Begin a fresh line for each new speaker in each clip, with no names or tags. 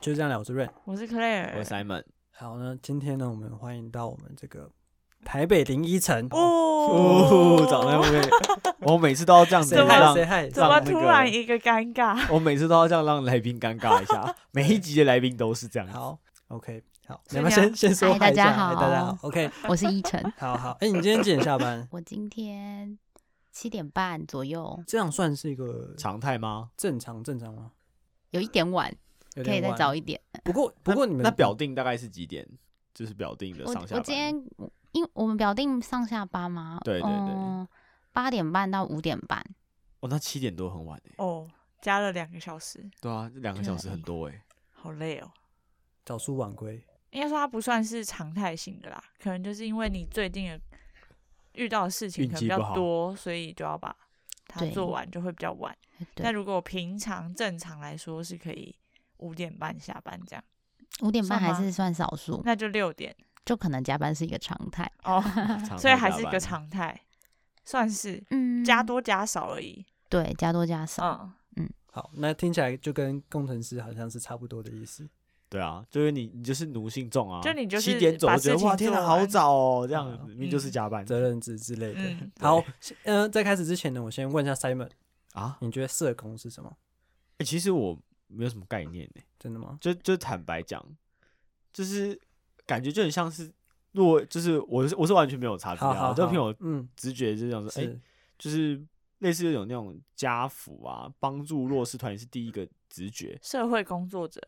就这样了，我是 Rain。
我是 Claire，
我是 Simon，
好呢，今天呢，我们欢迎到我们这个台北零一城。
哦
哦， 长那位，我每次都要这样子
谁
怎么
害
让，
谁害？
怎么
让那个
突然一个尴尬？
我每次都要这样让来宾尴尬一 下。每一集的来宾都是这样子。
好，OK，好，
所以
你们
你
先
要
先说
嗨
嗨一
大家
下嗨
好
哎大家好，OK，，
我是依晨？
好好。哎，你今天几点下班
我今天七点半左右，
这样算是一个
常态吗？
正常正常吗？
有一点晚，
有
可以
点
再
晚。
早一点。
不过不过你们
那表定大概是几点？就是表定的
我
上下
我
班。
今天因为我们表定上下班嘛，
对对对
嗯八点半到五点半，
哦，那七点多很晚诶。
哦，加了两个小时，
对啊，两个小时很多诶。
好累哦。
早出晚归，
应该说它不算是常态性的啦，可能就是因为你最近的遇到的事情
运
可能
气
比
不
较
好
多，所以就要把它
对
做完，就会比较晚。
对
但如果平常正常来说是可以五点半下班这样，
五点
算
半还
吗
是算少数，
那就六点
就可能加班是一个常态。
哦，
常态
所以还是
下
一
班
个常态，算是
嗯，
加多加少而已。
对加多加少，
嗯，
好，那听起来就跟工程师好像是差不多的意思。
对啊，就是你，你就是奴性重啊，
就你就是
七点走
把
就觉得
事情
哇，天哪，
做
好
完
早哦，这样
嗯
明明就是加班
责任制之类的。
嗯
好，嗯、呃，在开始之前呢，我先问一下 Simon，
啊。
你觉得社工是什么？
欸其实我没有什么概念诶，
真的吗？
就就坦白讲，就是感觉就很像是，如果就是我是我是完全没有查资
好好
料，
好，
就凭我
嗯，
直觉就想说，哎、
是
就是类似有那种家福啊，帮助弱势团体是第一个直觉。
社会工作者，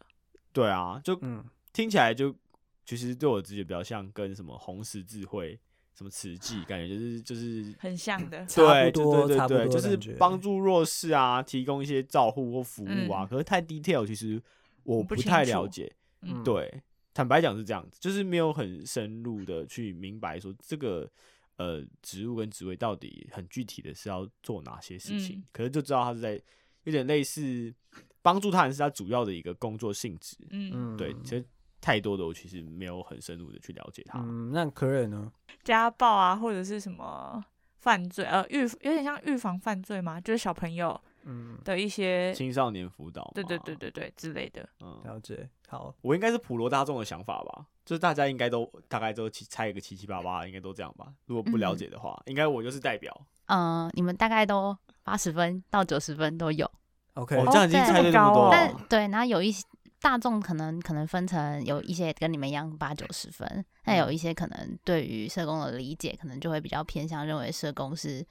对啊，就
嗯，，
听起来就其实对我直觉比较像跟什么红十字会、什么慈济，感觉就是就是
很像的
差不
对
多，
对对
差不
对
多，
对，就是帮助弱势啊，提供一些照护或服务啊。
嗯
可是太 detail，其实我
不
不
清
太
楚
了解。
嗯
对，坦白讲是这样子，就是没有很深入的去明白说这个呃职务跟职位到底很具体的是要做哪些事情，
嗯
可是就知道他是在有点类似帮助他人是他主要的一个工作性质。
嗯，
嗯，
对，其实太多的我其实没有很深入的去了解他。
嗯，那可忍呢？
家暴啊，或者是什么犯罪，呃，预有点像预防犯罪嘛，就是小朋友
嗯，
的一些，
青少年辅导，
对对对，对对之类的。
嗯，
了解。好，
我应该是普罗大众的想法吧，就是大家应该都大概都七猜一个七七八八，应该都这样吧。如果不了解的话，应该我就是代表。
嗯、你们大概都八十分到九十分都有，
OK，
哦，这样已经
对
猜对
这么
么
高
多
哦
了
但。对，然后有一些大众可能可能分成有一些跟你们一样八九十分，那
嗯
有一些可能对于社工的理解，可能就会比较偏向认为社工是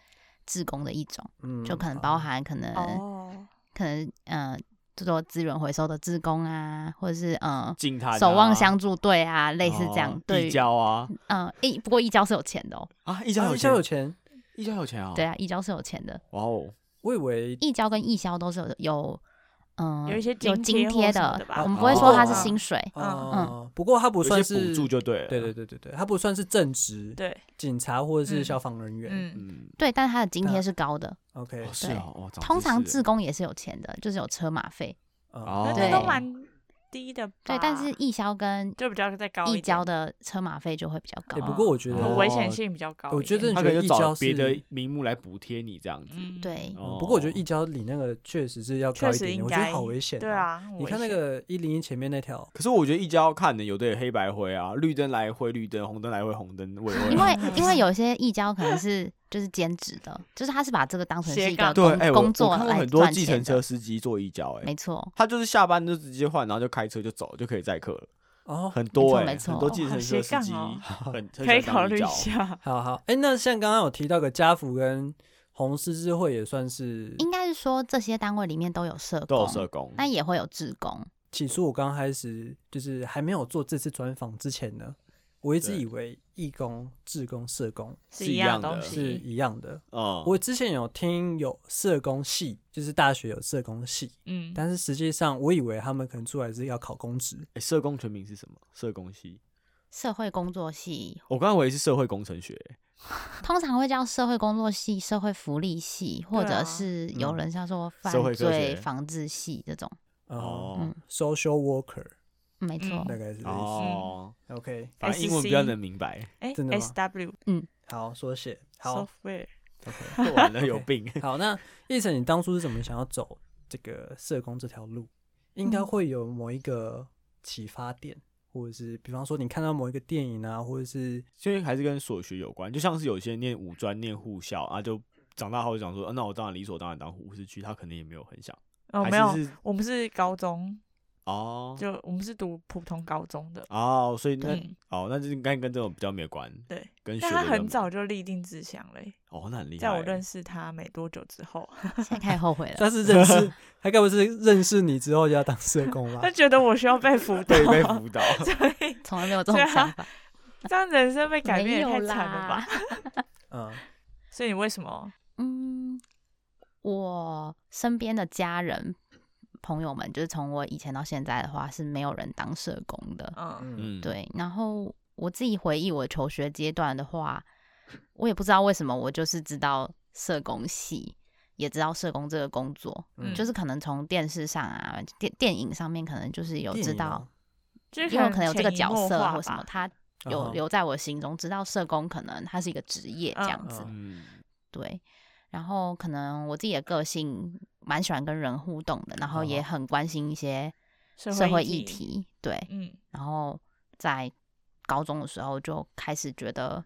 志工的一种，
嗯
就可能包含可能、
哦，
可能嗯，就做资源回收的志工啊，或者是嗯。
近
啊
他
守望相助队啊，类似这
哦
样。对
义
于，
啊交 啊
嗯，一不过义交是有钱的哦。
啊，义交
啊
有
义交
钱
有，钱，
义交有钱啊，
哦
对，啊，义交是有钱的。
哇哦，
我以为
义交跟义消都是有有，嗯，
有一些
有
津
津
贴或
贴
什么
的
的吧，
我们不会说它
哦
是薪水。
嗯
哦，不过他不
有
算
些
是
补助，就对了，
对对，对对对，他不算是正职
对，
警察或者是
嗯
消防人员。
嗯，
嗯，
对，但它的津
对啊
贴是高的。
OK，
哦是
对
啊，哇，长
通
知
常
识
自工也是有钱的，就是有车马费。
哦
哦，
那都
对
蛮低的吧？
对，但是义消跟
就比较再啊高一
义交
点，
的车马费就会比较高
哎，。不过我觉
我
得
哦
危险性比较高一点。
我觉得
他可能就
义交
找
是
别的名目来补贴你这样子。
嗯，
对，
哦
不过我觉得一交里那个确实是要高一
确实
点，
应
我觉得
该
好危险。哦
对，啊，很
你
危
看那
险
个一零一前面那条，
可是我觉得一交要看的，有的有黑白灰啊，绿灯来灰绿灯，红灯来灰红 灯，我也
嗯
会
因为因为有些义交可能是就是兼职的，就是他是把这个当成是一
斜杠
个
对，哎、
呃工
我
工
我
作
看到
来
很多
赚
计
钱
程车
的。
司机做一交、哎
没，错，
他就是下班就直接换，然后就开车就走，就可以载客了，
哦，
很多
没错
哎、
没错
很多计程车司机、
哦
很很
可以
喜欢当
考虑
一
一
交
下。
好好，哎、那像刚刚有提到个家福跟红十字会也算是，
应该是说这些单位里面都有 社
嗯都有
工，
社工，
哦那也会有志工。
起初我刚开始就是还没有做这次专访之前呢，我一直
对
以为义工、志工、社工
是
是
一
一
样
样
东
的
是
西，
一样的。
嗯，
我之前有听有社工系，就是大学有社工系，
嗯，
但是实际上我以为他们可能出来是要考公职，
欸社工全名是什么？社工系。
社会工作系
我刚刚以为是社会工程学、欸
通常会叫社会工作系、社会福利系，或
对啊
者是有人叫做犯
嗯社会科
罪
学
防治系这种。
哦、
嗯
哦，
s o c i a l worker
嗯
没错，
大概是类似、
哦，
OK，
反正英文比较能明 白。
哎
真的吗
，S W
好缩写，好
software，
，OK。
完了有病，
好，那奕晨，你当初是怎么想要走这个社工这条路？应该
嗯
会有某一个启发点，或者是比方说你看到某一个电影啊，或者是
所以还是跟所学有关。就像是有些念五专、念护校啊，就长大后就想说，啊、那我当然理所当然当护士去，他可能也没有很想。
哦，
还
没有
是，是
我们是高中，
哦
就我们是读普通高中的，
哦，所以那、
嗯，
哦，那就是应该跟这种比较没有关，
对。
跟学
但
的
他
比较
很
没
早就立定志向嘞、
哦，那很厉害
在
欸。啊
我 认识他没多久之后，
现在开始后悔了。
但是认识 他该不是认识你之后就要当社工吧
他？觉得我需要被辅导，
对被辅 导，
所以
从来没有这种
对啊
想法，
这样人生被改
没
变也
有
太
啦。
惨了吧？
嗯，
所以你为什 么？
嗯，我身边的家人朋友们，就是从我以前到现在的话，是没有人当社工的。
嗯
嗯，，
对，然后我自己回忆我求学阶段的话，我也不知道为什么，我就是知道社工系，也知道社工这个工作，
嗯
就是可能从电视上啊、电电影上面，可能就是有
电
知
影
道
哦，
就是
因为我可能有这个
潜移
角
默
色
化
或什么，
吧
他有
嗯
留在我心中，知道社工可能它是一个职业这样
嗯
子，
嗯，
对。然后可能我自己的个性蛮喜欢跟人互动的，然后也
哦
很关心一些
社
社会
议
议，题，对。
嗯，
然后在高中的时候就开始觉得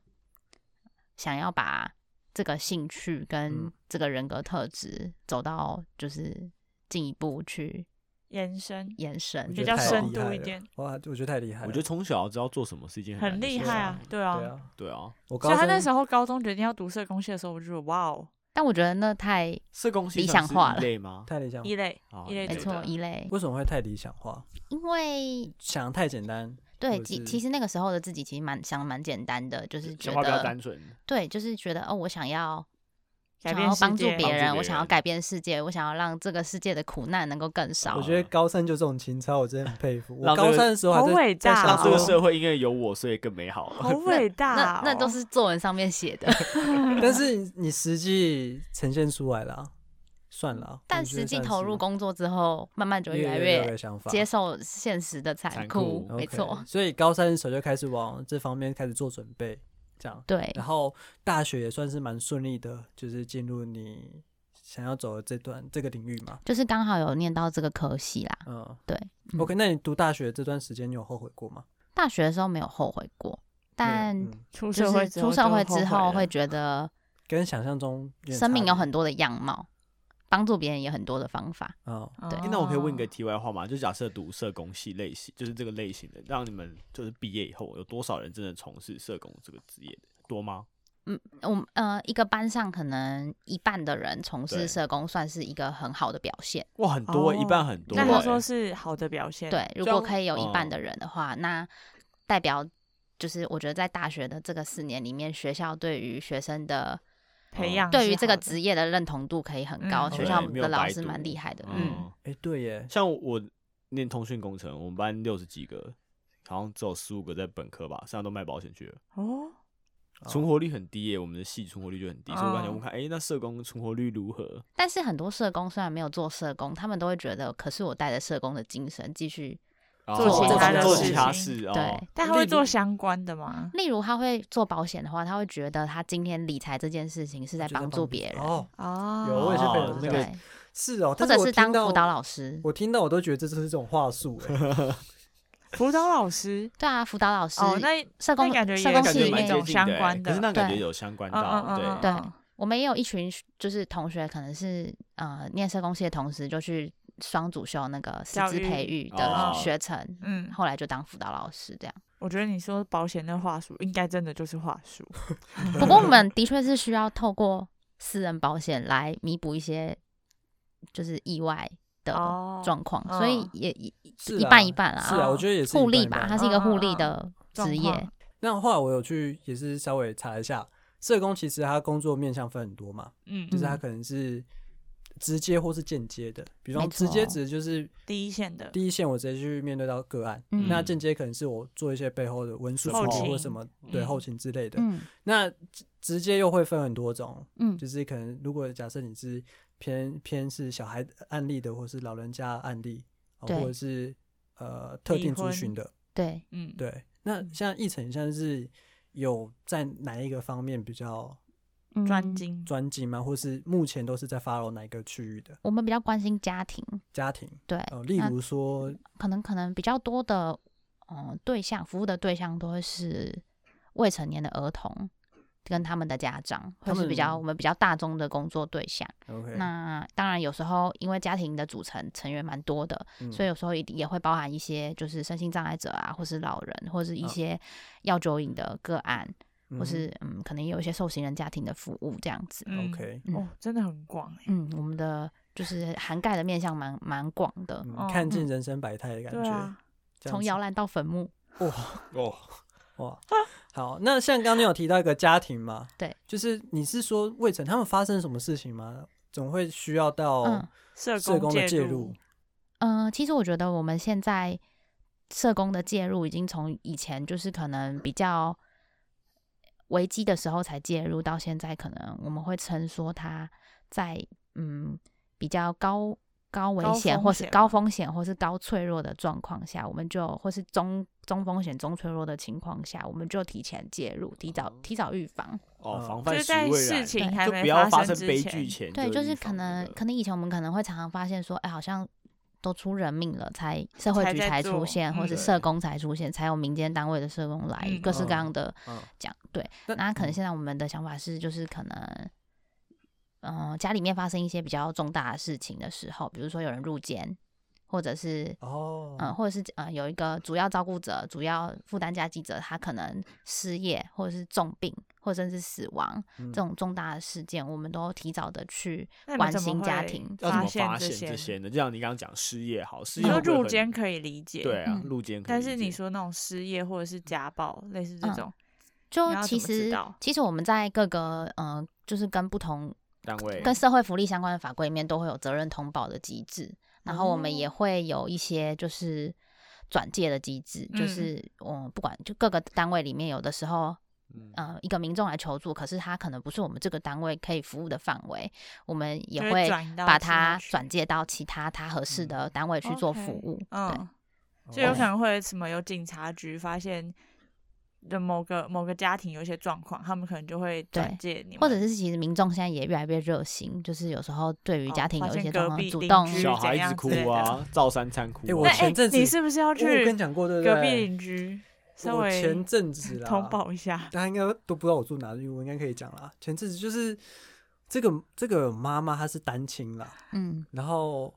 想要把这个兴趣跟
嗯
这个人格特质走到就是进一步去
延伸
延伸
我，
比
觉
较
得太
深
厉
度
害
一
了
点
哇，我觉得太厉害了。
我觉得从小知道做什么是一件
很
难的
厉
事
害
情
啊，对
对
啊。
啊，
对啊，
所
我高
以他那
中
时候高中决定要读社工系的时候，我就觉得哇哦，
但我觉得那太
社工系
理
算
想
是
化
一
了
类吗？
太理想，
一类
哦
一类
对
没
组
错
的
一类，
为什么会太理想化？
因为
想得太简单，
对
或者
其
是
其实那个时候的自己其实蛮想蛮简单 的，就是觉
想法比较
得
单纯，
对，就是觉得哦，我想要。
改
想
变
要
世
帮助
界
别
帮助
人，我
别
想要
人
改变世界，我想要让这个世界的苦难能够更少。
我觉得高三就这种情操，我真的很佩 服。我
啊让这个
高三的时候还
好
在
伟
在
大哦
想
让这
说
个社会因为有我，所以更美好。
好伟大、哦
那那都是作文上面写的，
但是你你实际呈现出来了，算了。
但
我觉得
实际
算
投
是
入工作之后，慢慢就越来
越有
越
想法，
接受现实的残
残
酷，
酷
没
OK，
错，
所以高三的时候就开始往这方面开始做准备，这样。
对
然后大学也算是蛮顺利的，就是进入你想要走的这段这个领域嘛。
就是刚好有念到这个科系啦。
嗯，
对嗯
OK，那你读大学这段时间，你有后悔过吗？
大学的时候没有后悔过，
没有
但
嗯
出
就
社会
是
之
出社
就
会之后
后悔
会
了
觉得
跟想象中有点
生命
差
有
别
很多的样貌，帮助别人也很多的方法。
哦，
对
哦
诶那我可以问一个题外话吗？就假设读社工系类型，就是这个类型的，让你们就是毕业以后，有多少人真的从事社工这个职业的？多吗？
我们呃，一个班上可能一半的人从
对
事社工，算是一个很好的表现。
哇，很多、
哦
一半很多、
那
欸。
他说是好的表现，，
对，如
这
果
样
可以有一半
嗯
的人的话，那代表就是我觉得在大学的这个四年里面，学校对于学生的
哦
培养
对
嗯
于
是
这个
好的
职业的认同度可以很高，
嗯
学校
对没有
的老
白
师
读
蛮厉害的，嗯，
嗯，
哎，对耶，
像我念通讯工程，我们班六十几个，好像只有十五个在本科吧，剩下都卖保险去了。
哦，
哦
存活率很低耶、我们的系存活率就很低，所以我刚才
哦
问看，哎、那社工存活率如何？
但是很多社工虽然没有做社工，他们都会觉得，可是我带着社工的精神继续，
做
哦
其他的
做
事
其他
情
事哦
对，
但他会
例如
做相关的吗？
例如他会做保险的话，他会觉得他今天理财这件事情是在
就在
帮助别人，
哦，
哦，
有我也是被人
哦
这
对，
样
个
是哦，
或
但
者
我
是
听
当
到
辅导老师，
我听到我都觉得这是这种话术哎，
辅导老师
对啊，辅导老师，
哦，那
社工
那感觉
社
也
工
感
系
觉
里
蛮
面
接
有
近
相
的欸
关
可是
的
那感觉
对
有相关
嗯嗯
到，
嗯
对，
嗯
对
嗯
我们也有一群就是同学，可能是呃念社工系的同时，就去双主修那个师
教
资
育
培育
哦
的学程，
嗯，
后来就当辅导老师这样。
我觉得你说保险那话术，应该真的就是话术，
不过我们的确是需要透过私人保险来弥补一些就是意外的
哦
状况，所以
嗯
也一
是
一
啊
半一半啦，
是啊，
哦
我觉得也是一
互
半
利
一
吧，
半啊
它是一个互利
嗯嗯嗯
的
状
职
况
业，
那后来我有去，也是稍微查一下，社工其实他工作面向分很多嘛，
嗯，
就是他可能是直接或是间接的，比方
没错
直接指的就是
第一线的，
第一线我直接去面对到个案，
嗯
那间接可能是我做一些背后的文书处
后
理
勤
或什么对
嗯
后勤之类的。
嗯
那直直接又会分很多种，
嗯
就是可能如果假设你是偏偏是小孩案例的，或是老人家案例，哦
对
或者是呃特
离
定族
婚
群的，
对。
嗯，
对，那像奕晨，像是有在哪一个方面比较
专
嗯
精。
专精吗？或是目前都是在 follow 哪一个区域的
我们比较关心家庭，
家庭？
对，
呃，例
那
如说，
可能可能比较多的，嗯、对象服务的对象都会是未成年的儿童跟他们的家长，
他
会是比较
们
我们比较大众的工作对象。
OK，
那当然有时候因为家庭的组成成员蛮多的，
嗯
所以有时候也也会包含一些就是身心障碍者啊，或是老人，或是一
啊
些药酒瘾的个案，
嗯哼
或是嗯，可能也有一些受刑人家庭的服务这样子。
嗯
OK
嗯
哦，真的很广哎。
嗯，我们的就是涵盖的面向蛮蛮广的，
嗯
哦
看尽人生百态的感
对
觉，
啊，
这样
从
子
摇篮到坟墓。
哇
嗯
哦，
哇，好。那像刚刚你有提到一个家庭嘛，
啊对，
就是你是说未成他们发生什么事情吗？总会需要
嗯
到
哦社
社工的介
介
入，
嗯、呃其实我觉得我们现在社工的介入已经从以前就是可能比较危机的时候才介入，到现在可能我们会称说他在嗯比较高高危
高
险
风
或是
险
高
嘛
风险或是高脆弱的状况下，我们就或是中中风险中脆弱的情况下，我们就提前介入，提早提早预防。
哦，
嗯
防
就
范
是
实
在
未
事
然，
情
对
还
就
没
不要发生
生之
悲
前
剧前。
对，就是
预
可
防那
能
个
可能以前我们可能会常常发现说，哎，好像都出人命了，才社会
才
局
在
才出
做
现，或
嗯
是
对
社工才出现，才有民间单位的社工来，
嗯
各式
嗯
各样的
嗯
讲。对，
那
那可能
嗯
现在我们的想法是，就是可能。嗯、家里面发生一些比较重大的事情的时候，比如说有人入监，或者是
哦，
嗯，或者是呃有一个主要照顾者、主要负担加给者，他可能失业，或者是重病，或者甚至死亡、
嗯
这种重大的事件，我们都提早的去
那你们
关
怎么
心家
会
庭。
要怎么
现
发
这
现这些呢？就像你刚刚讲失业好，失
你
业
说
会不会
入
很
监可以理解，
对啊，
嗯
入监可以
但
理
是你
解
说那种失业或者是家暴，类似这
嗯
种，
就
你要
其
怎么知
实
道
其实我们在各个呃，就是跟不同
单位
跟社会福利相关的法规里面都会有责任通报的机制，然后我们也
哦
会有一些就是转介的机制，就
嗯
是我、不管就各个单位里面有的时候
嗯
呃一个民众来求助，可是他可能不是我们这个单位可以服务的范围，我们也
就
会
转移到
把
其他
它
区
转介到其他他合适的单位去做
OK，
服务。对，
嗯，就有
哦
可能会什么有警察局发现的某个某个家庭有一些状况，他们可能就会转介你们，
或者是其实民众现在也越来越热心，就是有时候对于
哦
家庭
发
有一
现
些
隔
状况，
壁
主
邻
动
居
小
怎
孩
样
子
之
哭
类的
啊，照三餐哭
哎
啊。
我
那
前
哎
阵，子
你是不是要
我我跟
去
你讲过，对不对？
隔壁邻居稍
我
微
前阵子 啊啦，
通报一下？
大家应该都不知道我住哪里，我应该可以讲啦。前阵子就是这个这个妈妈她是单亲啦，
嗯，
然后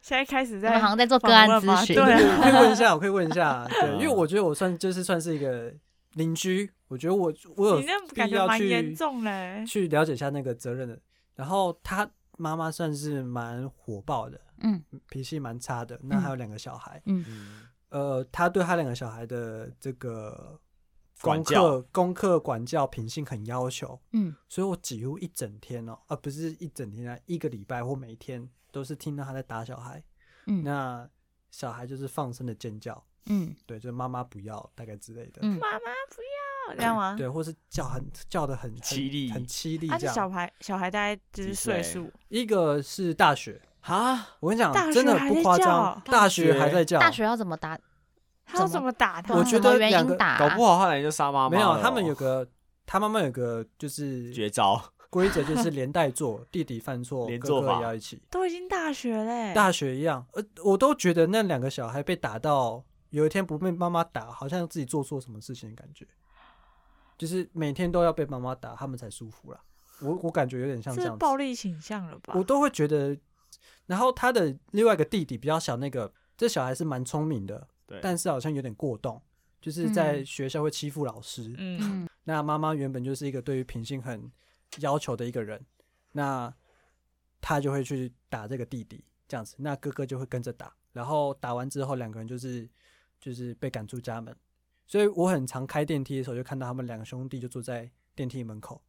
现在开始
他们
在
好像在做
访
个案
问吗
咨询，
对啊
我可以问一下，我可以问一下， 对，因为
嗯
我觉得我算就是算是一个邻居，我觉得我我有
你那
必
感觉
要
蛮
去
严重
嗯
嘞，
去了解一下那个责任的。然后她妈妈算是蛮火爆的，
嗯
脾气蛮差的，那还有两个小孩，
嗯
嗯
呃，她对她两个小孩的这个功
管教
课功课管教品性很要求，
嗯
所以我几乎一整天哦，啊，不是一整天啊，一个礼拜或每天都是听到他在打小孩，
嗯
那小孩就是放声的尖叫，
嗯
对，就是妈妈不要，大概之类的，
嗯
妈妈不要这样吗？
对，或是叫很叫的很很
凄厉
很凄厉
他
这
是小
样。
孩，小孩大概就是
几
岁
岁
数，
一个是大学，
哈，
我跟你讲
大，学
真的
还
不
在
夸
叫
张，大学还在叫，
大学要怎么打？
他要
怎
怎么打他？
啊我觉
什么
得
原
两
因
个
打啊
搞不好后来就杀妈妈
没有
了，
他们有
哦
个。他妈妈有个就是
绝招，
规则， 就是连带做，弟弟犯错，
连
哥
坐
哥
法
也要一起。
都已经大学嘞，
大学一样，呃，我都觉得那两个小孩被打到，有一天不被妈妈打，好像自己做错什么事情的感觉，就是每天都要被妈妈打，他们才舒服啦。我我感觉有点像这
这是
样子
暴，力倾向了吧？
我都会觉得。然后他的另外一个弟弟比较小，那个这小孩是蛮聪明的，
对，
但是好像有点过动，就是在
嗯
学校会欺负老师。
嗯，
嗯
那妈妈原本就是一个对于品性很要求的一个人，那他就会去打这个弟弟，这样子，那哥哥就会跟着打，然后打完之后，两个人就是就是被赶出家门。所以我很常开电梯的时候，就看到他们两个兄弟就坐在电梯门口，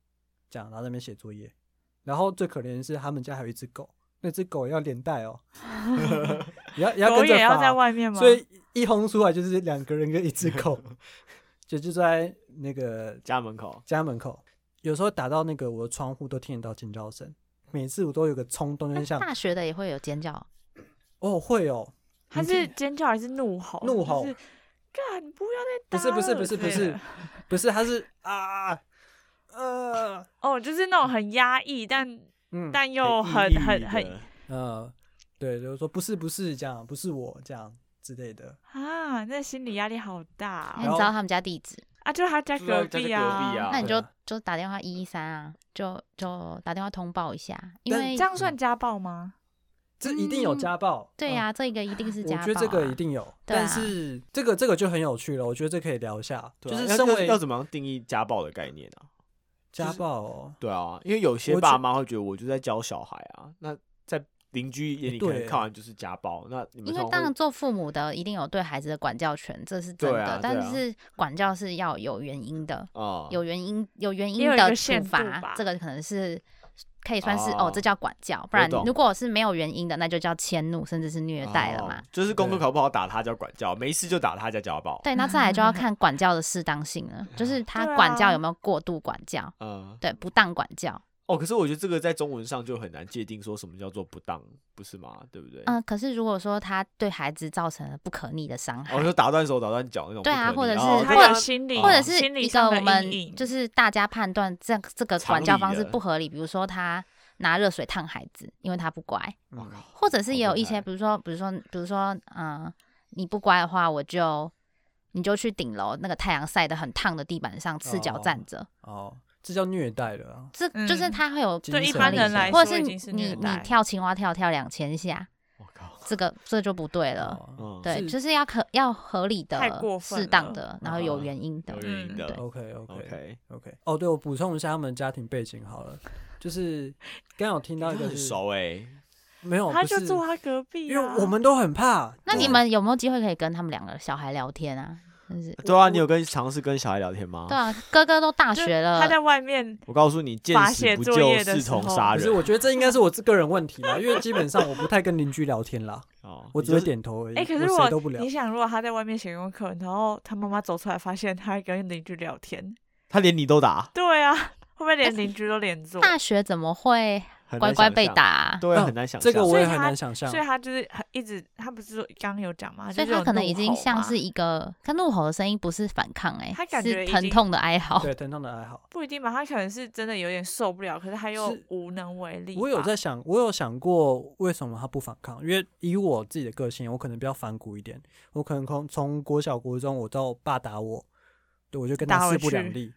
这样，然后在那边写作业。然后最可怜的是，他们家还有一只狗，那只狗要连带 哦，也要也要
狗
跟着
也要
罚
在
哦
外面吗？
所以一轰出来就是两个人跟一只狗， 就就在那个
家门口
家门口，有时候打到那个我的窗户都听得到尖叫声。每次我都有个冲动，就是
那
想
大学的也会有尖叫，啊
哦会哦，
他
你
是
这
尖叫还是怒吼？
怒吼
就是，干，你不要再打
不是不是不
了之
是不
类
是
的
不是，他是啊呃
哦，就是那种很压抑，但
嗯，
但又很
抑郁
很
的
很
呃，对，就是说不是不是这样，不是我这样之类的。
啊，那心理压力好大
那你
哦
然后
知道他们家地址，
啊！就他家
知道
隔
他家
壁
隔壁啊
那你
对
就
啊
就打电话一一三啊，就就打电话通报一下，因
但
为
这样
嗯
算家暴吗？
这一定有家暴，
对
嗯
呀、这个一定是
我
家暴、啊。
觉得这个一定有，
对
但
啊
是这个这个就很有趣了，我觉得这可以聊一下，
对
就
啊
是
要
身
要
为
要怎么样定义家暴的概念啊？
家暴、哦，
对啊，因为有些
我
爸
觉
妈会觉得我就在教小孩啊，那在邻居眼里可能
哎对
看完就是家暴，那你们
因
常
为
常
当
会
然，做父母的一定有对孩子的管教权，这是
对
真的。
啊对
但
啊
是管教是要有原因的，
啊、
有原因有原因
哦有一个
的
限
处
度吧
罚，这个可能是可以算是哦
哦
这叫管教。不
我
然
懂
如果是没有原因的，那就叫迁怒，甚至是虐待了嘛。
哦就是功课
对
考不好打他叫管教，没事就打他叫家暴。
对，那再来就 要看管教的适当性了，就是
对
他
啊
管教有没有过度管教，
嗯，
对，不当管教。
哦，可是我觉得这个在中文上就很难界定说什么叫做不当，不是吗？对不对？
嗯、可是如果说他对孩子造成了不可逆的伤害，
哦，就打断手、打断脚那种不可
对
逆。
啊或者
然
是
后
或
他
对
有
啊
者
心理
或者
哦
是
心理
一
上
个
的
我
阴
们
影，
就是大家判断这这个
常
管教
理
方式
的
不合理，比如说他拿热水烫孩子，因为他不乖，
哇
嗯
靠
或者是也
好
有
变
一
态
些，比如说比如说比如说嗯、呃你不乖的话，我就你就去顶楼那个太阳晒得很烫的地板上赤脚
哦
站着，
哦，这叫虐待了啊，
这就是
嗯
他会有
精神
对一
上
般
的
人来
或
说
者
已
是
经是虐
你你
待。
跳青蛙跳跳两千下，
我靠，
这个这就不对了。
哦
嗯，
对，
是
就是要可要合理的
太过、分
适当
了
的，然后有
啊
原因的
有。原因
嗯
的。
对
OK OK
OK，
OK，哦，对，我补充一下他们家庭背景好了，就是刚有听到一
你
个
很
是
熟哎，
没有，
他
哦不
就是住他隔壁、
因
啊，
为我们都很
哦
怕，
那
就
你
是
们有没有机会可以跟他们两个小孩聊天啊？真是
对啊，你有跟尝试跟小孩聊天吗？
对啊，哥哥都大
哦就
学了
他，在外面
我告诉你，见
罚
死
写
不
作
救
业的
视
时
同
候
杀
不是，
人。
我觉得这应该是我个人问题啦，因为基本上我不太跟邻居聊天啦，
哦
我
你
只
就
会
是
点头而已，
哎、可是
我
我
谁都不聊
你。想，如果他在外面写功课，然后他妈妈走出来，发现他还跟邻居聊天，
他连你都打，
对啊，会不会
哎
连邻居都连坐？
大学怎么会
很难
乖乖
想
被
象，
打啊？
对啊，
嗯
很难想
这个
象
我
所
也
以
很
他
难想象
所以，他就是很一直，他不是说刚刚有讲吗？
所
啊就
以
是
他
有
可能
怒
已经
吼
像
嘛
是一个，他怒吼的声音不是反抗，哎
他，感觉
是
已
疼
经
痛的哀
哦
嚎。
对疼痛的还好。
不一定吧，他可能是真的有点受不了，可是他又
是
无能为力。
我有，在想，我有想过为什么他不反抗？因为以我自己的个性，我可能比较反骨一点，我可能从从国小国中，我到我爸打我，对我就跟
打
他
回
势不两
去
立，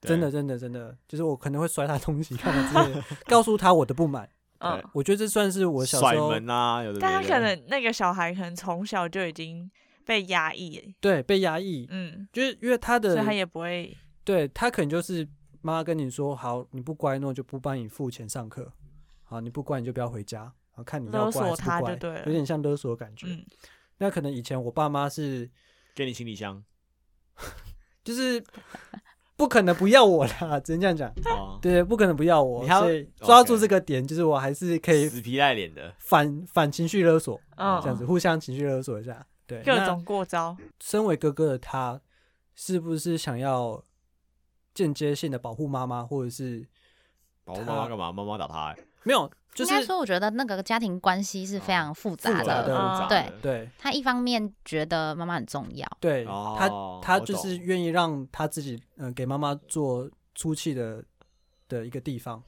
对
真的真的真的，就是我可能会摔他东西干嘛之类的，告诉他我的不满。
嗯
对，
我觉得这算是我小
甩
时候
门啊，有的
但他
没
可
的
能那个小孩可能从小就已经被压抑，
对被压抑，
嗯，
就是因为他
所
的
以他也不会，
对他可能就是妈妈跟你说，好，你不乖，那我就不帮你付钱上课，好，你不乖你就不要回家，好看你要
勒
乖还
索
是不
他
乖
就对了
有点像勒索的感觉。
嗯，
那可能以前我爸妈是
给你行李 箱
就是 不可能不要我啦，只能这样讲，
啊，
对，不可能不要我，
你还要
所以抓住
OK
这个点，就是我还是可以
死皮赖脸的，
反反情绪勒索，
嗯，
这样子互相情绪勒索一下。对，
各
那
种过招，
身为哥哥的他，是不是想要间接性的保护妈妈，或者是
保护妈妈
他
干嘛？妈妈打他欸，
没有？就
应
是
该说，我觉得那个家庭关系是非常复杂
复杂
的
的。
啊复杂
哦对
的，
对
他一方面觉得妈妈很重要，
对，
哦
他他
我
就是
懂
愿意让他自己嗯、呃给妈妈做出气的的一个地方，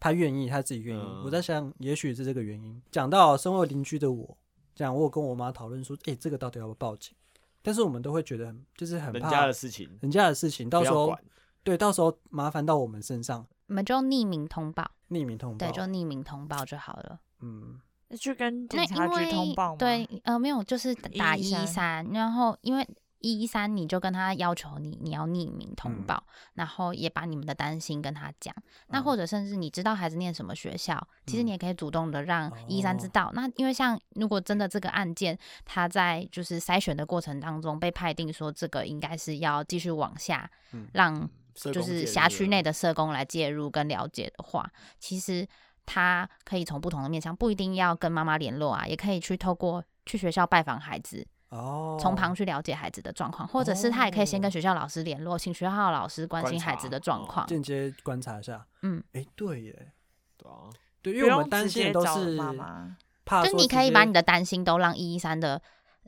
他愿意他自己愿意。
嗯
我在想，也许是这个原因。讲到身为邻居的我，这样我有跟我妈讨论说，诶，这个到底要不要报警？但是我们都会觉得很就是很
人
怕
家的事情，
人家的事情，
不
到时
要
候
管
对到时候麻烦到我们身上，
我们就匿名通报，
匿名通报，
对，就匿名通报就好了。
嗯，
去跟
那
警察
因为
局通报吗？
对，，呃，没有，就是打一一
113
三，然后因为一一三，你就跟他要求你你要匿名
嗯
通报，然后也把你们的担心跟他讲。那
嗯
或者甚至你知道孩子念什么学校，其实
嗯
你也可以主动的让
哦
一三知道。那因为像如果真的这个案件，他在就是筛选的过程当中被判定说这个应该是要继续往下
嗯
让
社
就
工介
是
入啊
辖区
了
内的社工来介入跟了解的话，其实他可以从不同的面向，不一定要跟妈妈联络啊，也可以去透过去学校拜访孩子，
哦，
从旁去了解孩子的状况，或者是他也可以先跟学校老师联络，请学校老师
哦
关
观
心孩
察
子的状
哦
况。
间接观察一下，
嗯，
诶，对耶，
对啊，
对，因
不
为我
用
们担
直
心
接
的都
找
是
妈妈，
怕
就
说
你
直
可以把
接
你的担心都让一一三的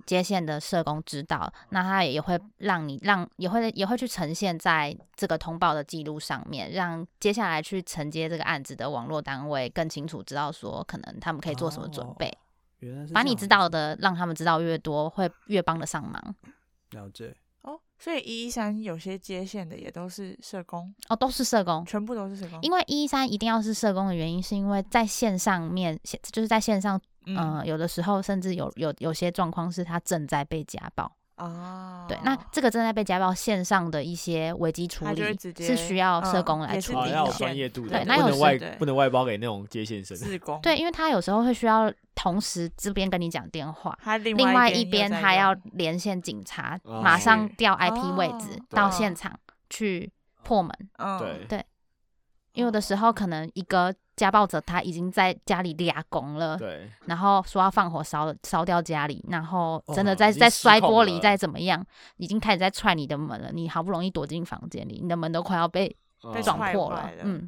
接线的社工知道，那他也会让你让也会也会去呈现在这个通报的记录上面，让接下来去承接这个案子的网络单位更清楚知道说，可能他们可以做什么准备，
哦原来是
把你
这
知
样
道的让他们知道越多，会越帮得上忙。
了解，
哦，所以一一三有些接线的也都是社工，
哦，都是社工，
全部都是社工。
因为一三一定要是社工的原因，是因为在线上面，线就是在线上，嗯、
嗯
有的时候甚至有有有些状况是他正在被家暴。
啊，
对，那这个正在被家暴线上的一些危机处
他就会
理
直接
是需要社
嗯
工来
也是
处
自
啊，
理
己
的。
要有
线
专业度
对
的，
那
不
有
能
时
外
对
不能外包给那种接线生。
自工，
对，因为他有时候会需要同时这边跟你讲电话，
他另
另外
一
一边
又在
他要
用
连线警察，
哦
马上
是
调 IP 位置
哦
到
对
现场去破门。
嗯
对，
因为有的时候
哦
可能一个家暴者他已经在家里俩拱了，
对，
然后说要放火烧烧掉家里，然后真的
哦
在、
已经
在
失
摔
控
玻璃，
了
再怎么样，已经开始在踹你的门了。你好不容易躲进房间里，你的门都快要被
被
撞
踹
破
坏
了
了。
嗯，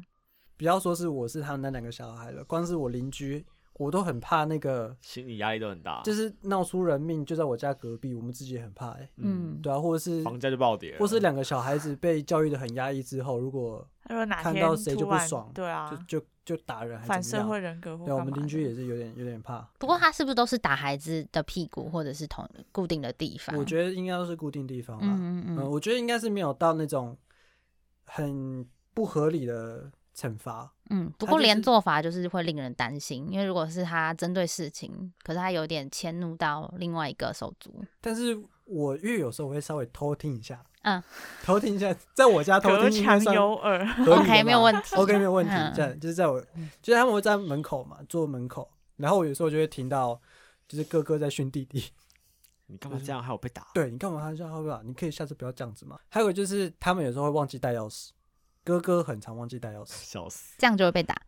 不要说是我是他们那两个小孩了，光是我邻居，我都很怕那个，
心理压力都很
啊
大，
就是闹出人命，就在我家隔壁，我们自己也很怕、欸，
嗯，
对啊，或者是
房价就暴跌了，
或是两个小孩子被教育的很压抑之后，如果
他说哪
看
天
到谁就
突
不
然
爽
对啊，
就就就打人还
反
怎么
社
样
会？人格或
对啊，我
干
们
嘛
邻居
的
也是有点有点怕。
不过他是不是都是打孩子的屁股，或者是同固定的地方？
我觉得应该都是固定地方啦。
嗯嗯
嗯，
嗯，
我觉得应该是没有到那种很不合理的惩罚。
嗯。不
他
过
就
连
是
做法就是会令人担心，因为如果是他针对事情，可是他有点迁怒到另外一个手足，
但是我因为有时候我会稍微偷听一下，
嗯，
偷听一下，在我家偷
隔
听应该
墙
算
有耳，
合理的
OK，
吧
没有问题
OK 没有问题
嗯。
这样就是在我就是他们会在门口嘛，坐门口，然后我有时候就会听到就是哥哥在训弟弟。
你干嘛这样，害我被 打？
对你干嘛这样会不好？你可以下次不要这样子嘛。还有就是他们有时候会忘记带钥匙，哥哥很常忘记带钥匙，
笑死！
这样就会被打。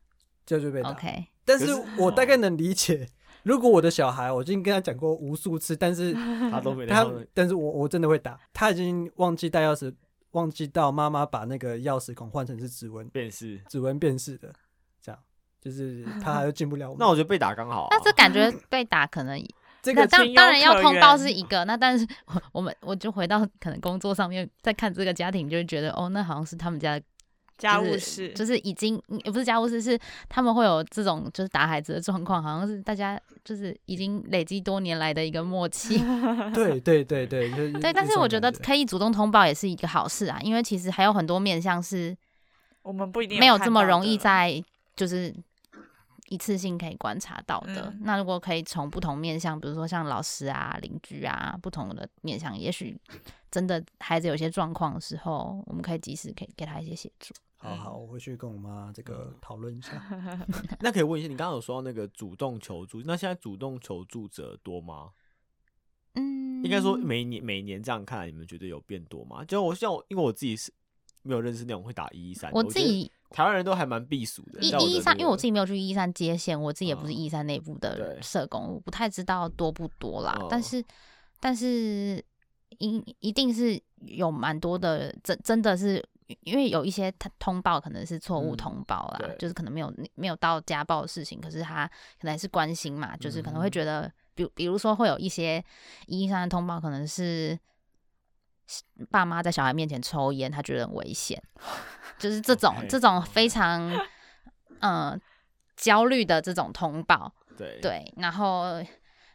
这就被打。
OK，
但
可
是
是哦
我大概能理解，如果我的小孩，我已经跟他讲过无数次，但是
他都 没
他
他们，
但是我我真的会打。他已经忘记带钥匙，忘记到妈妈把那个钥匙孔换成是指纹，
便是。
指纹辨识的，这样就是他还是进不了我
那我觉得被打刚好啊，
那这感觉被打可能
哦 这
那
个
当
情
当
有
然要
可
通
原
报是一个，那但是 我我们我就回到可能工作上面，再看这个家庭，就会觉得哦，那好像是他们家的
家
就
务
是
事
就是已经嗯也不是家务事，是他们会有这种就是打孩子的状况，好像是大家就是已经累积多年来的一个默 契。
对对对对，就是
对，但
这
是
种
我觉得
感
可以主动通报也是一个好事啊，因为其实还有很多面向是
我们不一定
没有
看
这么
到
容
的
易
啦
在就是一次性可以观察到的。
嗯
那如果可以从不同面向，比如说像老师啊、邻居啊，不同的面向，也许真的孩子有些状况的时候，我们可以及时给给他一些协助。
好好，我回去跟我妈这
嗯
个讨论一下。
那可以问一下，你刚刚有说到那个主动求助，那现在主动求助者多吗？
嗯，
应该说每年每年这样看来，你们觉得有变多吗？就我像我，因为我自己是没有认识那种会打一一三，
我
觉
自
得
己
台湾人都还蛮避暑的。
一
在我
一
的
三，
那
因为我
个
自己没有去一三接线，我自己也不是
嗯
一三内部的
对
社工，我不太知道多不多啦。
嗯
但是，但是一一定是有蛮多的，真真的是因为有一些他通报可能是错误
嗯
通报啦，
对
就是可能没有没有到家暴的事情，可是他可能还是关心嘛，就是可能会
嗯
觉得，比如比如说会有一些一三的通报可能是。爸妈在小孩面前抽烟，他觉得很危险，就是这种
OK，
这种非常嗯、呃焦虑的这种通报，
对
对，然后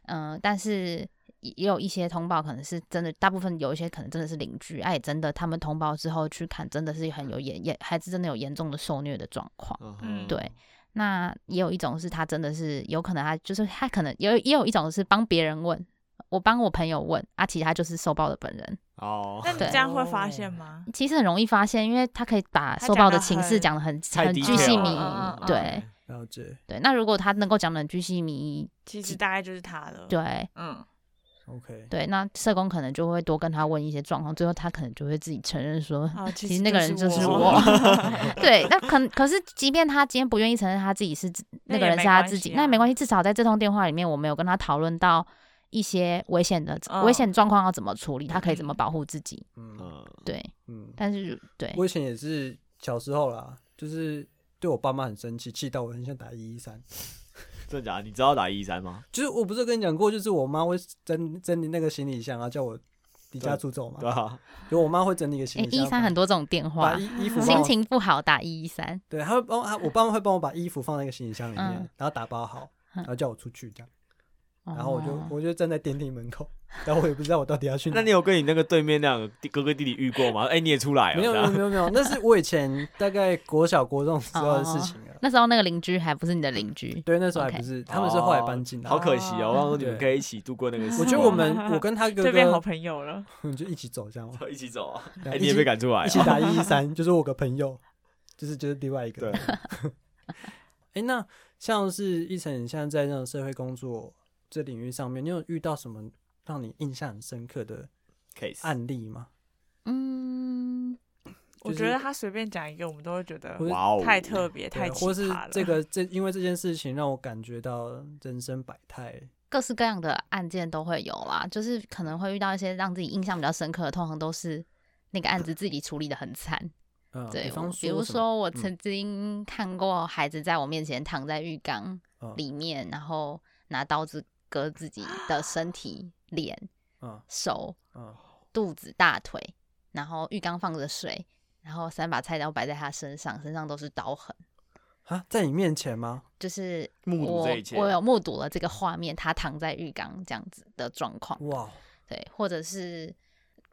嗯、呃但是也也有一些通报可能是真的，大部分有一些可能真的是邻居，哎，真的他们通报之后去看，真的是很有严严孩子真的有严重的受虐的状况。
嗯
嗯
哼
对，那也有一种是他真的是有可能他就是他可能也有也有一种是帮别人问，我帮我朋友问，啊，其他就是受暴的本人。
哦，
那你
对
这样会发
哦
现吗？
其实很容易发现，因为他可以把
他
受
讲
暴
得
的情势
很
讲的很
太
很
低调
巨细
了
靡
嗯嗯嗯
遗，
嗯
对
了解
对。那如果他能够讲的很巨细靡遗，
其实大概就是他了。，
对
嗯，
，OK，
对，那社工可能就会多跟他问一些状况，最后他可能就会自己承认说，
啊，
其
其
实那个人就
就是
是
我
我。 对，那可可是即便他今天不愿意承认他自己是自
那
那个
也
人
没
是他
关
自
系
己，
啊
那也没关系，至少在这通电话里面，我没有跟他讨论到一些危险的危
嗯
险状况要怎么处理，他可以怎么保护自己。
嗯
嗯，
对，
嗯，
但是对，
我以前也是小时候啦，就是对我爸妈很生气，气到我很想打一一三。
真的假的？你知道打一三吗？
就是我不是跟你讲过，就是我妈会整整理那个行李箱啊，叫我离家出走嘛
对。啊，
就我妈会整理一个行李箱，
一三哎很多这种电
把
话
把，衣衣服
心
放，
情不好打一一三，
对，她会帮她，我爸妈会帮我把衣服放在一个行李箱里面，
嗯
然后打包好，
嗯
然后叫我出去这样。然后我就
哦
我就站在电梯门口，然后我也不知道我到底要去哪
那。你有跟你那个对面那两个弟哥哥弟弟遇过吗？哎、你也出来了，
没有
这样
没有没有没有，那是我以前大概国小国中时候的事情了。
那时候那个邻居还不是你的邻居，
对，那时候还
哦 OK
不是，他们是后来搬进来
好
的。
可惜
啊
哦！我想说你们
对
可以一起度过那个时光。
我觉得我 们我跟他哥
这边好
哥
朋友了。
我们就一起走这样嘛，
一起走啊！
对
哎、
啊
你
一
也
起
被赶出来
一
啊
起打一一三，就是我个朋友，就是就是另外一
对
个。哎、那像是一晨，你现在在那种社会工作这领域上面，你有遇到什么让你印象很深刻的
case，
案例吗？
嗯，
我
就是
觉得他随便讲一个，我们都会觉得
或是
哇哦，
太特别、
对
太，奇
或是
葩了。
这个这因为这件事情让我感觉到人生百态。
各式各样的案件都会有啦，就是可能会遇到一些让自己印象比较深刻的，通常都是那个案子自己处理的很惨。
嗯，
对
比方，
哦比如
什么，嗯
说嗯我曾经看过孩子在我面前躺在浴缸
嗯
里面，然后拿刀子割自己的身体、脸、
嗯
手、
嗯，
肚子、大腿，然后浴缸放着水，然后三把菜刀摆在他身上，身上都是刀痕。
啊，在你面前吗？
就是
目睹
我
这一切
我有目睹了这个画面，他躺在浴缸这样子的状况，
哇，
对，或者是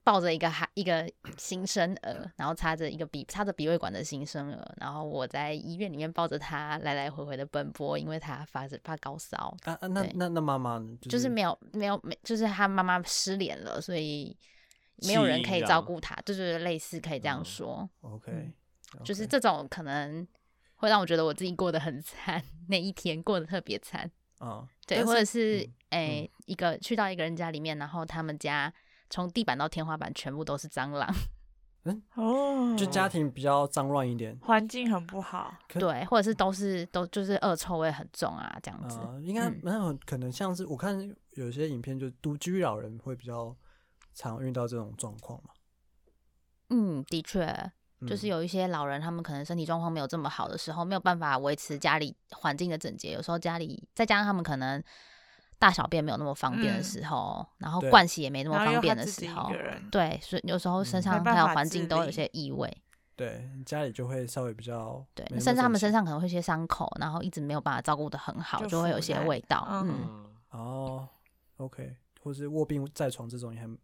抱着一个孩一个新生儿，然后插着一个鼻插着鼻胃管的新生儿，然后我在医院里面抱着他来来回回的奔波，因为他发着发高烧，
啊啊，那
对
那那妈妈呢就
就是没有没有没，就是他妈妈失联了，所以没有
弃
人
婴
可以
这
照
样
顾他，就是类似可以这样
嗯
说，
OK，
嗯就是
，OK
这种可能会让我觉得我自己过得很 惨，那一天过得特别惨。
嗯，
对，
但
或
是
者是诶、
嗯
一个去到一个人家里面，然后他们家从地板到天花板全部都是 蟑螂，
哦，
就家庭比较脏乱一点。
环境很不好，
可
对，或者是都是都就是恶臭味很重啊，这样子。
哦
啊、应该
嗯
没有，可能像是我看有些影片，就独居老人会比较常遇到这种状况嘛。
嗯，的确，就是
嗯
有一些老人，他们可能身体状况没有这么好的时候，没有办法维持家里环境的整洁，有时候家里再加上他们可能。大小便没有那么方便的
嗯
时候，然后
对
盥洗也没那么
然后
方
又
便
他
的啊
自
时
己一
候
个，人，
对，所以有时候身
嗯
上
没办
还有
法
环
自
境都有一
理
些异味。
对家里就会稍微比较
对，
没那么
甚至他们身
整
上可能会有一些伤口，然后一直没有办法照顾的很好，就
就
会有
腐
一些
烂
味道。嗯，
嗯
嗯，
齐哦，OK，或是卧病在床这种也很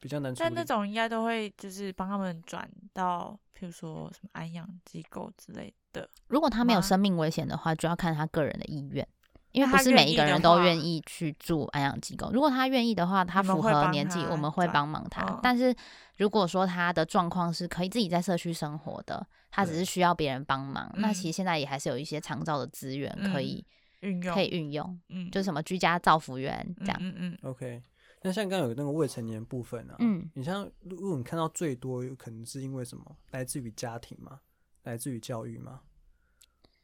比较难处理。
但那种应该都会就是帮他们转到，譬如说什么安养机构之类的。
如果他没有
吗
生命危险的话，就要看他个人的意愿，因为
那
不
他
是
愿
每一
意
个
的
人都
话
愿意去住安养机构。如果他愿意的话，他
你们
符
会
合
帮
年纪，我
他
们会
转
帮忙他。
嗯
但是如果说他的状况是可以自己在社区生活的，他只
对
是需要别人帮忙，那
嗯
其实现在也还是有一些长照的资源可
嗯
以、
运用，
可以运用，
嗯，
就是什么居家照服员这
嗯
样。
嗯嗯，
OK，那像刚刚有那个未成年部分啊，
嗯
你像如果你看到最多，有可能是因为什么？来自于家庭嘛，来自于教育嘛，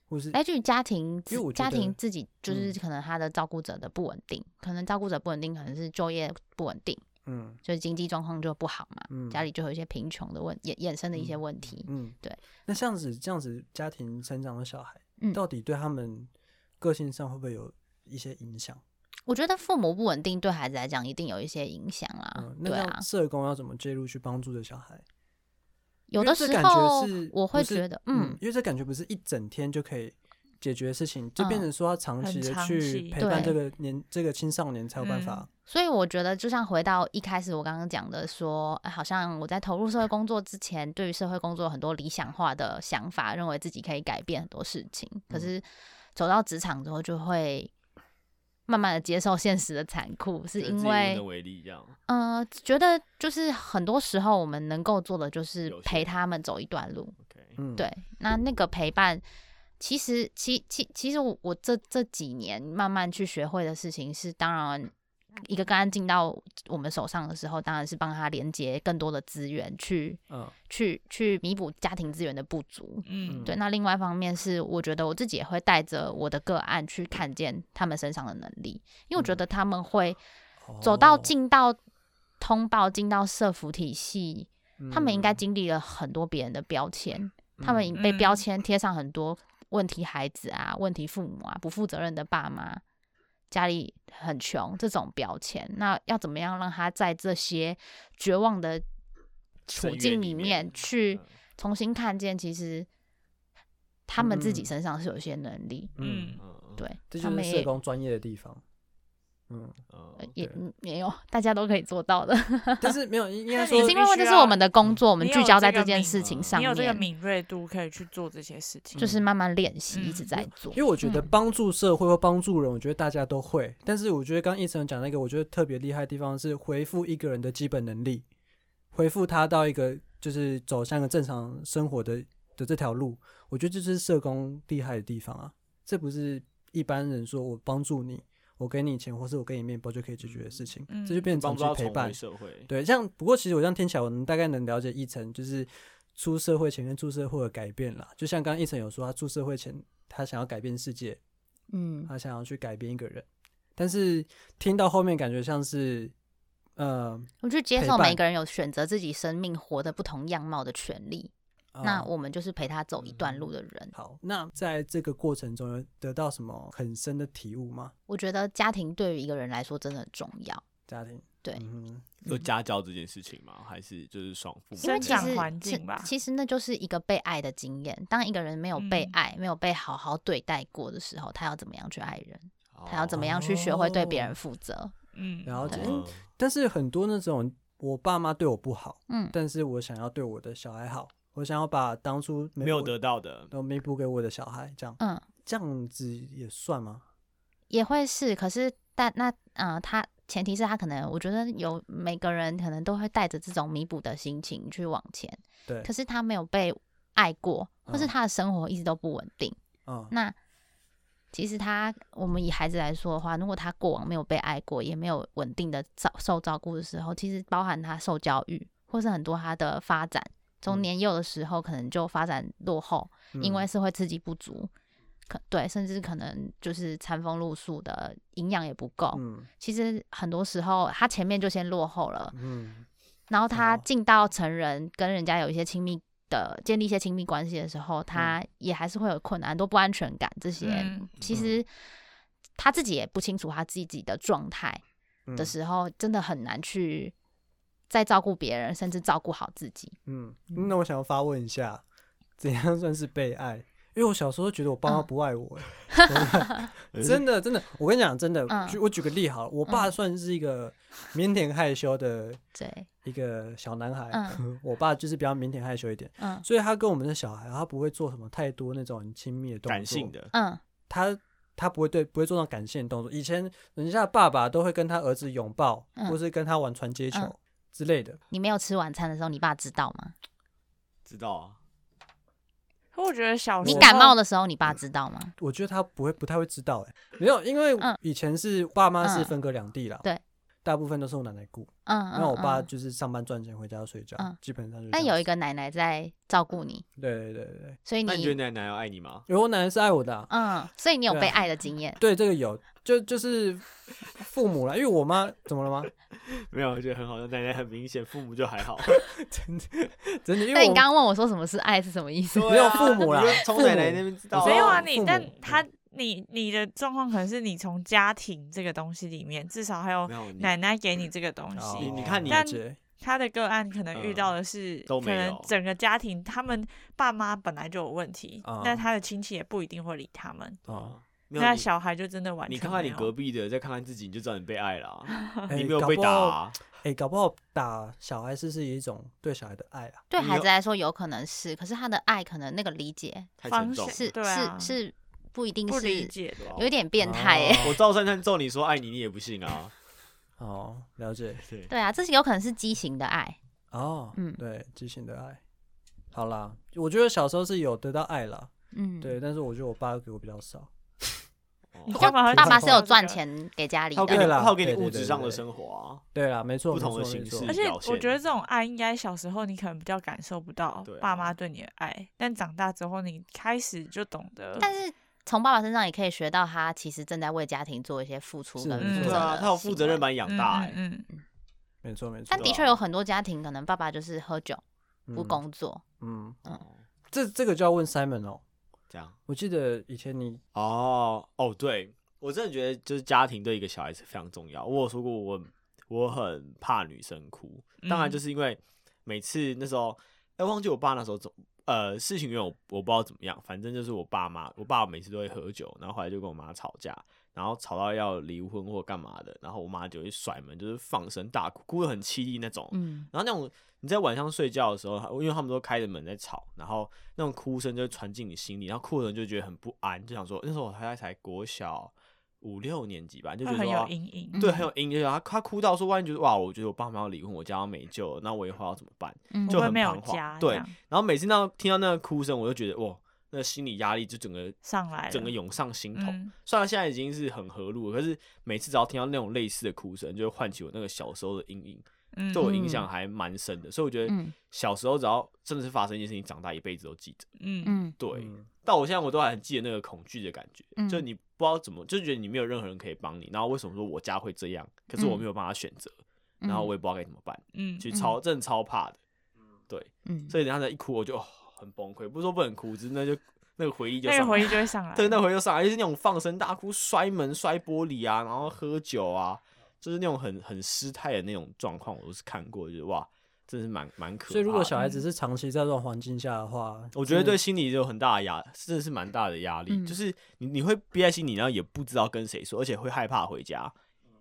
或是
来自于家庭自，
因为我觉
家庭
得
自己就是
嗯
可能他的照顾者的不稳定，可能照顾者不稳定，可能是就业不稳定，
嗯
就是经济状况就不好嘛，
嗯
家里就有一些贫穷的问衍衍生的一些问题。
嗯，
对。
那这样子，这样子家庭成长的小孩，
嗯
到底对他们个性上会不会有一些影响？
我觉得父母不稳定对孩子来讲一定有一些影响啦，
嗯，那
对
这
啊
样，社工要怎么介入去帮助这小孩？
有
因为
的
这
时
感
候
觉是
我
不
会
是
觉得，
嗯
嗯，，
因为这感觉不是一整天就可以解决的事情，就变
嗯
成说要长
很
期的
长
去
期
陪伴这
对
个年这个青少年才有办
嗯
法。
所以我觉得，就像回到一开始我刚刚讲的说，哎好像我在投入社会工作之前，对于社会工作有很多理想化的想法，认为自己可以改变很多事情。
嗯
可是走到职场之后，就会慢慢的接受现实的残酷，是
就自
因
己无
为
能为力这样。
呃，觉得就是很多时候我们能够做的就是
有限
陪他们走一段路。
OK，
嗯，
对，那那个陪伴，其实其其其实我我这这几年慢慢去学会的事情是，当然一个个案进到我们手上的时候，当然是帮他连接更多的资源，去
嗯
去去弥补家庭资源的不足。
嗯
对，那另外一方面是，我觉得我自己也会带着我的个案去看见他们身上的能力，因为我觉
嗯
得他们会走到
哦
进到通报、进到社服体系，他们应该
嗯
经历了很多别人的标签，他们已经被标
嗯
签贴上很多问题孩子啊、问题父母啊、不负责任的爸妈、家里很穷这种标签。那要怎么样让他在这些绝望的处
深
境
渊
里
里
面去
嗯
重新看见，其实他们自己
嗯
身上是有一些能力，
嗯，
嗯嗯
对
这
他
就
们
是社
也
工专业的地方。 嗯，
嗯
呃也
对
嗯也有大家都可以做到的。
但是没有应应该
那
说
你
是因为这是我们的工作，我们
你
聚
有
焦
这
在
个
这件
敏
事情上
你有这个
面，
敏锐度可以去做这些事情。
就是慢慢练习，一直
嗯
在做
因为。我觉得
嗯
帮助社会或帮助人，我觉得大家都会。但是我觉得刚医生讲那个，我觉得特别厉害的地方是回复一个人的基本能力，回复他到一个就是走向个正常生活的的这条路。我觉得这就是社工厉害的地方啊！这不是一般人说我帮助你，我给你钱，或是我给你面包就可以解决的事情，
嗯
这就变成
帮助到
长期陪
重
伴
回。社会，
对，像不过其实我这样听起来，我能大概能了解一层，就是出社会前跟出社会的改变啦。就像刚刚一层有说，他出社会前他想要改变世界，
嗯，
他想要去改变一个人，但是听到后面感觉像是，呃，
我去接
陪
受每
伴
个人有选择自己生命活得不同样貌的权利。那
啊
我们就是陪他走一段
嗯
路的人。
好，那在这个过程中有得到什么很深的体悟吗？
我觉得家庭对于一个人来说真的很重要。
家庭
对，
嗯
有家教这件事情吗？还是就是双父母
因为
生
其
长
实
环
其
境吧
其实那就是一个被爱的经验。当一个人没有被
嗯
爱、没有被好好对待过的时候，他要怎么样去爱人？他要怎么样去学
哦
会对别人负责？
嗯，
了解
嗯
但是很多那种我爸妈对我不好，
嗯，
但是我想要对我的小孩好，我想要把当初
没有
我
得到的，
都弥补给我的小孩，这样，
嗯，
这样子也算吗？
也会是，可是但那呃，他前提是他可能，我觉得有每个人可能都会带着这种弥补的心情去往前，
对
可，是他没有被爱过，或是
嗯
他的生活一直都不稳定。
嗯，
那其实他，我们以孩子来说的话，如果他过往没有被爱过，也没有稳定的照受照顾的时候，其实包含他受教育，或是很多他的发展，从
嗯
年幼的时候可能就发展落后，因为
嗯
是会自己不足，可对，甚至可能就是餐风露宿的营养也不够。
嗯
其实很多时候他前面就先落后了，
嗯
然后他
哦
进到成人跟人家有一些亲密的建立一些亲密关系的时候，他
嗯
也还是会有困难，很多不安全感这些。
嗯
其实他自己也不清楚他自己的状态
嗯
的时候，真的很难去再照顾别人，甚至照顾好自己。
嗯，那我想要发问一下，怎样算是被爱？因为我小时候觉得我爸妈
嗯
不爱 我、欸真的 真的真的，我跟你讲，真的，
嗯
举我举个例好了，我爸算是一个腼腆害羞的
对，
一个小男孩，
嗯
我爸就是比较腼腆害羞一点，
嗯
所以他跟我们的小孩，他不会做什么太多那种很亲密的动作，
感性的，
嗯
他他不会对不会做那种感性的动作。以前人家的爸爸都会跟他儿子拥抱，
嗯
或是跟他玩传接球
嗯
之类的。
你没有吃晚餐的时候，你爸知道吗？
知道啊，
可我觉得小
你
时
感
候
冒的时候，你爸知道吗？
我觉得他不会不太会知道哎、没有，因为
嗯
以前是爸妈是
嗯
分隔两地啦，
对，
大部分都是我奶奶顾，
嗯，
那我爸
嗯嗯
就是上班赚钱回家睡觉
嗯，
基本上就是这样
但
子。
有一个奶奶在照顾你，
对对对对对，
所以
那你觉得
你
奶奶要爱你 吗？
因为我奶奶是爱我的啊、
嗯，所以你有
对啊
被爱的经验。
对这个有，就就是父母啦，因为我妈怎么了吗？
没有，我觉得很好，奶奶很明显，父母就还好，
真的，因
那
为
你
我
刚
哦
刚问我说什么是爱是什么意思？
没有父母啦
啊你就从奶奶那边知道
父母
没有啊，
哦
你
父母
但他你你的状况可能是你从家庭这个东西里面，至少还有
没有你嗯
奶奶给你这个东
哦
西。
你看你
了
但
解
他的个案可能遇到的是，
嗯都
可
没有
能整个家庭他们爸妈本来就有问题
啊，
那、他的亲戚也不一定会理他们，
哦，
嗯没有
那
你
小孩就真的完全
你看看
没
你
有
隔壁的，再看看自己，你就知道你被爱了啊，
哎
你没有
搞
被
不
打
好
啊，
哎、搞不好打小孩是是一种对小孩的爱啊。
对
你
孩
有
子来说有可能是，可是他的爱可能那个理解
太
方
沉重
式
了。
是
对啊
是是不一定
不理
是，
解
哦
的。
有点变态欸耶。
我赵珊珊揍你说爱你，你也不信啊。
哦，了解
对，
对啊，这是有可能是畸形的爱。
哦，
嗯
对，畸形的爱。好啦，我觉得小时候是有得到爱啦，
嗯，
对，但是我觉得我爸给我比较少。
你
哦
干嘛会
爸爸是
提到
有
这个
赚，钱给家里
他有
的，
给你，
对啦
他有给你
对对
物质
对
上的
对
生活啊。
对啦，没错，
不
没
同的
错没
形
错
式
而且
表现
我觉得这种爱应该小时候你可能比较感受不到
对啊
爸妈对你的爱，但长大之后你开始就懂得。
但是从爸爸身上也可以学到他其实正在为家庭做一些付出
是
跟
没错
负责
对啊，
的
他有负责任
行为
把你养
嗯
大哎、
嗯嗯，
没错没错。
但的确
对啊
有很多家庭可能爸爸就是喝酒
嗯
不工作，
嗯，
嗯
这这个就要问 Simon 哦，
这样。
我记得以前你
哦哦，对我真的觉得就是家庭对一个小孩子非常重要。我有说过我我很怕女生哭，当然
嗯
就是因为每次那时候，哎、忘记我爸那时候怎呃事情因为我我不知道怎么样，反正就是我爸妈，我爸每次都会喝酒，然后后来就跟我妈吵架，然后吵到要离婚或干嘛的，然后我妈就会甩门，就是放声大哭，哭得很凄厉那种。
嗯，
然后那种你在晚上睡觉的时候，因为他们都开着门在吵，然后那种哭声就会传进你心里，然后哭的人就觉得很不安，就想说那时候我大概才国小五六年级吧，就觉
会
得
很
说
有
啊
阴影。
对，很有阴影。他他哭到说，万一觉得哇，我觉得我爸妈要离婚，我家要没救了，那我以后要怎么办？
嗯
就
我会
很
没有
彷徨
家，
对
这样
然后每次到听到那个哭声，我就觉得哇，那心理压力就整个
上来了
整个涌上心头。
嗯
虽然现在已经是很和睦了，可是每次只要听到那种类似的哭声，就会唤起我那个小时候的阴影。
嗯
对我影响还蛮深的，所以我觉得
嗯
小时候只要真的是发生一件事情，长大一辈子都记着。
嗯
嗯
对，
嗯
到我现在我都还很记得那个恐惧的感觉，
嗯
就你不知道怎么，就觉得你没有任何人可以帮你，然后为什么说我家会这样，可是我
嗯
没有办法选择，
嗯
然后我也不知道该怎么办，
嗯
其实超真的超怕的。对，
嗯
所以人家一哭我就、哦很崩溃，不是说不能哭，只是那就那个回忆就
那个
上
回
来。
忆就会上来，
对，那回忆就上来，就是那种放声大哭、摔门、摔玻璃啊，然后喝酒啊，就是那种很很失态的那种状况，我都是看过，就是哇，真是蛮蛮可怕的。
所以如果小
嗯
孩子嗯是长期在这种环境下的话，
我觉得
真
对
的
心理有很大的压，真的是蛮大的压力，
嗯
就是你你会憋在心里，然后也不知道跟谁说，而且会害怕回家，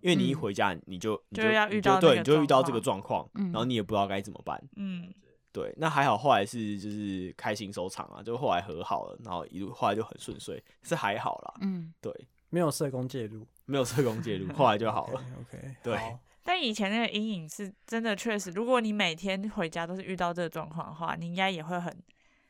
因为你一
嗯
回家你就你
就要遇
你就
到那
对
个
你就遇到这个
状
状况，
嗯
然后你也不知道该怎么办。
嗯
对，那还好，后来是就是开心收场啊，就后来和好了，然后一路后来就很顺遂，是还好啦。
嗯
对，
没有社工介入
没有社工介 入，后来就好了。
OK，
对
好
但以前那个阴影是真的，确实，如果你每天回家都是遇到这个状况的话，你应该也会很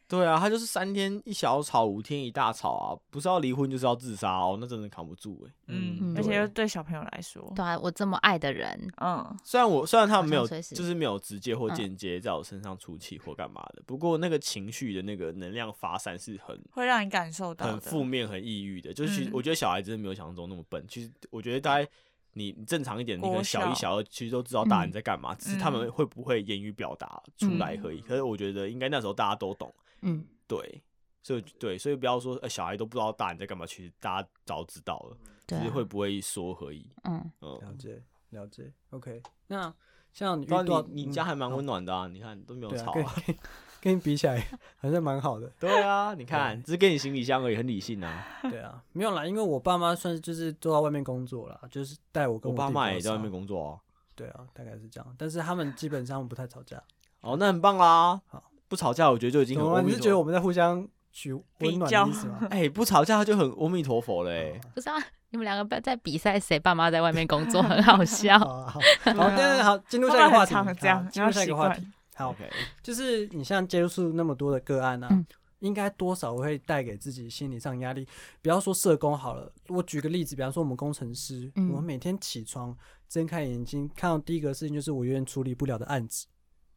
对啊，他就是三天一小吵，五天一大吵啊，不是要离婚就是要自杀哦，那真的扛不住哎、
嗯，
嗯
而且又对小朋友来说，
对啊，我这么爱的人，
嗯
虽然我虽然他们没有
好像随时
就是没有直接或
嗯
间接在我身上出气或干嘛的，不过那个情绪的那个能量发散是很
会让你感受到
很
的
负面、很抑郁的。就是其实
嗯
我觉得小孩真的没有想象中那么笨。其实我觉得大概你你正常一点，你可能
国
小一、
小
小二其实都知道大人
嗯
在干嘛，只是他们
嗯
会不会言语表达出来而已。可是我觉得应该那时候大家都懂，
嗯
对。所以对，所以不要说、呃、小孩都不知道大人在干嘛，其实大家早知道了，只
对啊
是会不会说而已。
嗯
嗯，
了解了解 OK，那像你遇
不
到
然你你
嗯
家还蛮温暖的啊，你看都没有
对啊，
吵、
跟
啊。
跟跟你比起来还是蛮好的。
对啊，你看，只是跟你行李箱而已，很理性啊。
对啊，没有啦，因为我爸妈算是就是都在外面工作啦，就是带我跟
我爸
弟
妈
比较
也在外
少
面。工作哦。
对啊，大概是这样。但是他们基本上不太吵架。
哦，那很棒啦
好。
不吵架，我觉得就已经
怎
很
么
阿
了？你
弥
是觉得
陀
我
佛。
们在互相取温暖
较
的意思吗？
哎、不吵架就很阿弥陀佛嘞、
不是啊，你们两个不要在比赛谁爸妈在外面工作，很好笑。
好啊好，好，对对，好，进入下一
他们
个话
很常
题。
这样
好，进
要
入下一
习
个话
惯
题。 好
OK，
就是你像接触那么多的个案啊，
嗯
应该多少会带给自己心理上压力。不要说社工好了，我举个例子，比方说我们工程师，
嗯
我们每天起床睁开眼睛，看到第一个事情就是我永远处理不了的案子，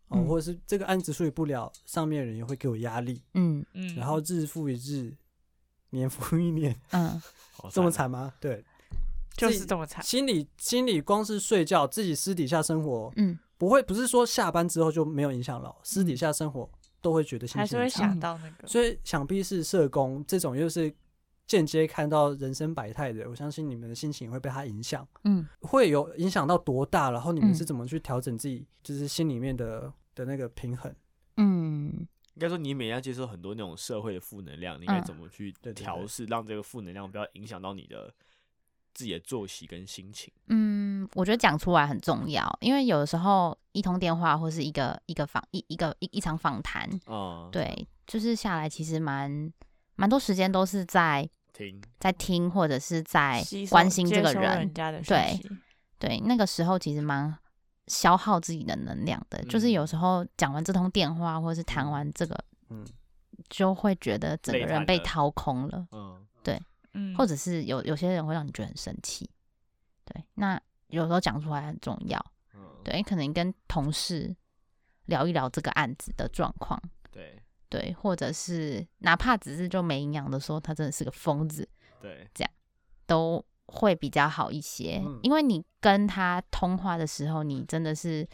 哦，
嗯
或者是这个案子处理不了，上面的人也会给我压力，
嗯
嗯，
然后日复一日，年复一年，
嗯
好
这么
惨
惨吗？对，
就是这么惨，
心理心理光是睡觉，自己私底下生活
嗯
不会，不是说下班之后就没有影响了，私底下生活都会觉得心
还
情
是
很
会
差。
想
嗯
到那个，
所以想必是社工这种又是间接看到人生百态的，我相信你们的心情也会被他影响，
嗯
会有影响到多大？然后你们
嗯
是怎么去调整自己，就是心里面的的那个平衡？
嗯
应该说你每天要接受很多那种社会的负能量，你应该
嗯
怎么去
对对对
调试，让这个负能量不要影响到你的自己的作息跟心情。
嗯，我觉得讲出来很重要，因为有的时候一通电话或是一个一个访一一个一一场访谈，
嗯，，
对，就是下来其实蛮蛮多时间都是在
听，
在听或者是在
吸收
哎关心这个
接收人
人，
家的讯
对
息，
对，那个时候其实蛮消耗自己的能量的，就是有
嗯
时候讲完这通电话或者是谈完这个，
嗯，
就会觉得整
累
个
瘫
人被
了
掏空了。
嗯，
嗯，
或者是有有些人会让你觉得很生气，对，那有时候讲出来很重要，
嗯，
对，可能跟同事聊一聊这个案子的状况，
对
对，或者是哪怕只是就没营养的说他真的是个疯子，
对，
都会比较好一些，
嗯
因为你跟他通话的时候，你真的是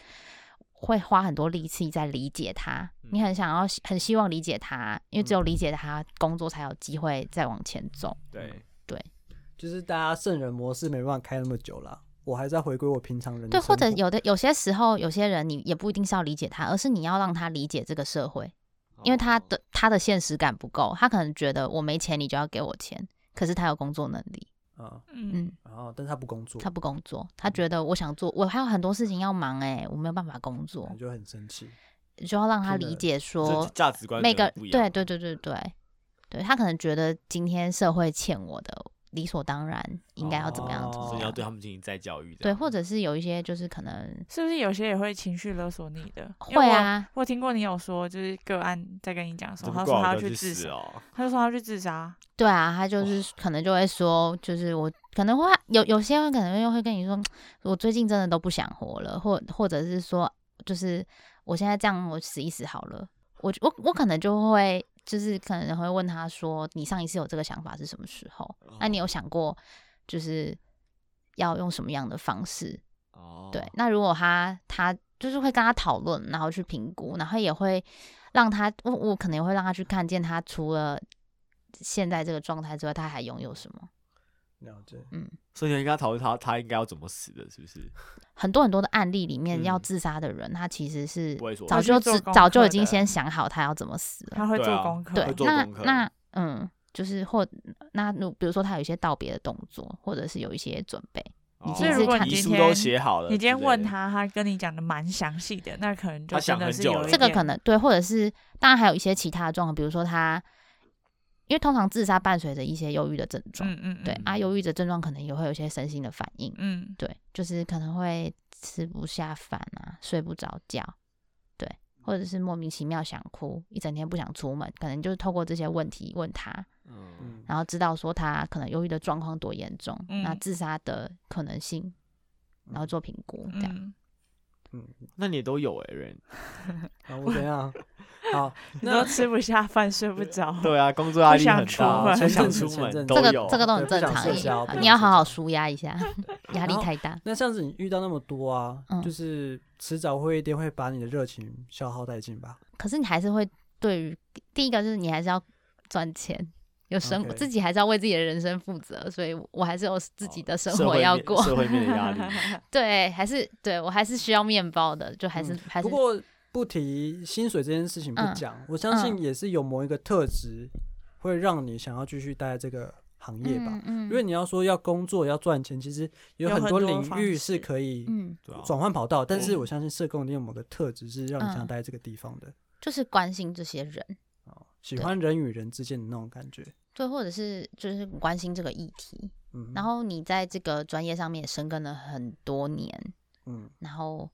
会花很多力气在理解他，你
嗯
很想要很希望理解他，因为只有理解他，工作才有机会再往前走。
对，
就是大家圣人模式没办法开那么久啦，我还是要回归我平常人的
对，
生
或者
活
有的有些时候，有些人你也不一定是要理解他，而是你要让他理解这个社会，
哦
因为
哦
他的他的现实感不够，他可能觉得我没钱你就要给我钱，可是他有工作能力，
啊，
嗯，
嗯，
然后但是他不工作，
他不工作，
嗯
他觉得我想做，我还有很多事情要忙、欸，我没有办法工作
我，就很生气。
就要让他
真的
理解
这
说
价值观
每
可能
个
不一
对
样
对对对对，对他可能觉得今天社会欠我的理所当然，应该要怎么样怎
哦
所
么
以
样，
你要对他们进行再教育。
对，或者是有一些就是可能
是不是有些也会情绪勒索你的？因为
会
我。
啊，
我听过你有说，就是个案在跟你讲说，
怎
他
么
说他
挂
要
我
去
去
自
死
杀，
哦？
他就说他要去自杀，
对啊，他就是可能就会说，就是我可能会有有些人可能又会跟你说，我最近真的都不想活了，或或者是说，就是我现在这样，我死一死好了。我我我可能就会就是可能会问他说，你上一次有这个想法是什么时候？
嗯
那你有想过就是要用什么样的方式？
哦，
对，那如果他他就是会跟他讨论，然后去评估，然后也会让他，我我可能也会让他去看见他除了现在这个状态之外，他还拥有什么。嗯
了解，
所以你要跟他讨论他他应该要怎么死的，是不是？
很多很多的案例里面，要
嗯
自杀的人，他其实是
不会说
早
他去
就
做
知
功
早就
课
已经
的
先想好他要怎么死了。
他会
对
做
啊
功课，
对
会，做
那
功课
那嗯，就是或那如比如说他有一些道别的动作，或者是有一些准备，你
哦
其实
如果
看
遗
今
书
天
都写好了，
你今天
之类
问
的，
他，他跟你讲的蛮详细的，那可能就
他想
真的
很
是
久
有
了
一
这个
点
可能对，或者是当然还有一些其他的状况，比如说他，因为通常自杀伴随着一些忧郁的症状，
嗯嗯
对
嗯
啊，忧郁的症状可能也会有一些身心的反应，
嗯
对，就是可能会吃不下饭啊，睡不着觉，对，或者是莫名其妙想哭，一整天不想出门，可能就是透过这些问题问他，
嗯，
嗯，
然后知道说他可能忧郁的状况多严重，那
嗯
自杀的可能性，然后做评估，这样、
嗯，
那你也都有哎人，
然后我怎 样？好，
你都吃不下饭，睡不着，
对啊，工作压
不
力
想
很
出
大，
门
不想
前
出
阵子
门
前阵子
都
这
有啊
个这个都
对
很
不
正
想
常
社交不，想
你要
社
好好
交
舒压一下， 压力
然后
太大。
那像是你遇到那么多啊，
嗯
就是迟早会一定会把你的热情消耗殆尽吧？
可是你还是会对于第一个就是你还是要赚钱，有生活
OK
自己还是要为自己的人生负责，所以我还是有自
哦
己的生
社
活
会
要
面
过。
社会面的压 力，
对，还是对我还是需要面包的，就还是、
嗯
还是
不过不提薪水这件事情不
嗯
讲，我相信也是有某一个特质会让你想要继续待在这个行业吧。
嗯嗯，
因为你要说要工作要赚钱，其实有
有
很
很
多
多
领
方
域
式
是可以
嗯
对啊
转换跑道，但是
嗯
我相信社工一定有某个特质是让你想
嗯
待在这个地方的，
就是关心这些人，
哦，喜欢人与人之间的那种感觉。
对，或者是就是关心这个议题，
嗯，
然后你在这个专业上面也深耕了很多年，
嗯，
然后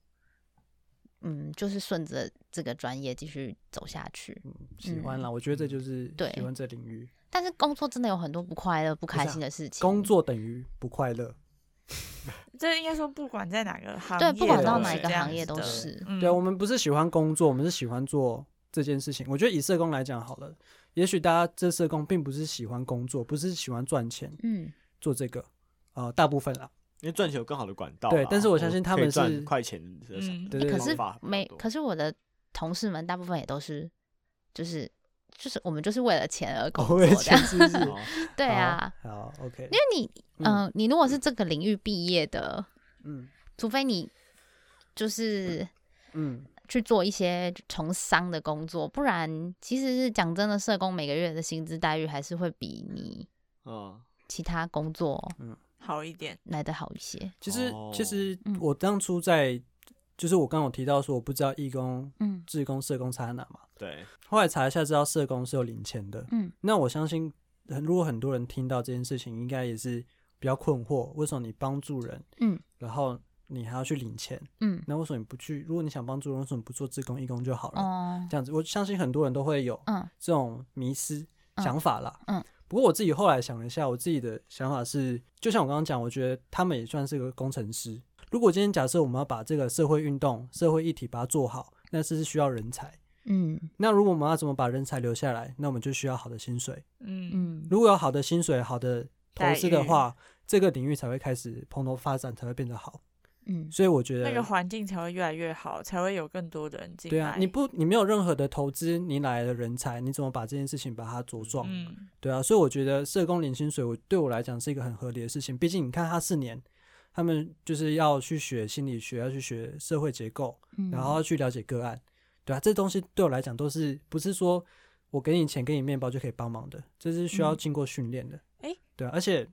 嗯，就是顺着这个专业继续走下去。
嗯喜欢啦，我觉得这就是
嗯对
喜欢这领域。
但是工作真的有很多不快乐、不
是
开
啊
心的事情。
工作等于不快乐，
这应该说不管在哪个行业都是这样子的，
对不管
到哪一
个行业都是
嗯
对啊，我们不是喜欢工作，我们是喜欢做这件事情。我觉得以社工来讲好了，也许大家这社工并不是喜欢工作，不是喜欢赚钱
嗯，
做这个，呃，大部分啊，
因为赚钱有更好的管道啦。
对但是我相信他们
可以赚
是
快钱的
嗯
对
欸
对
可
对
是
方法比较
没，
多
可是我的同事们大部分也都是，就是就是我们就是为了钱而工作
为
的
钱，是不是？
哦
对啊。
好，好，OK，
因为你，
嗯
嗯、你如果是这个领域毕业的，
嗯
除非你就是
嗯，
去做一些从商的工作，不然其实是讲真的，社工每个月的薪资待遇还是会比你
嗯，
其他工作
好一点，
来的好一些。
其实
哦
其实
嗯
我当初在，就是我刚刚有提到说我不知道义工、
嗯
志工、社工差在哪嘛，
对，
后来查一下知道社工是有领钱的，
嗯，
那我相信很如果很多人听到这件事情，应该也是比较困惑，为什么你帮助人，
嗯，
然后你还要去领钱？
嗯，
那为什么你不去？如果你想帮助人，为什么不做志工义工就好了？
哦，
这样子，我相信很多人都会有
嗯
这种迷失
嗯
想法啦。
嗯
不过我自己后来想了一下，我自己的想法是，就像我刚刚讲，我觉得他们也算是个工程师。如果今天假设我们要把这个社会运动、社会议题把它做好，那是需要人才。
嗯
那如果我们要怎么把人才留下来，那我们就需要好的薪水。
嗯
嗯，
如果有好的薪水、好的投
待
资的
遇
话，这个领域才会开始蓬头发展，才会变得好。
嗯，
所以我觉得
那个环境才会越来越好，才会有更多的人进来。
对啊，你不你没有任何的投资，你来的人才，你怎么把这件事情把它茁壮？
嗯，
对啊，所以我觉得社工领薪水，我对我来讲是一个很合理的事情。毕竟你看他四年，他们就是要去学心理学，要去学社会结构，
嗯
然后去了解个案，对啊，这东西对我来讲都是不是说我给你钱给你面包就可以帮忙的，这是需要
嗯
经过训练的。
诶
对啊，而且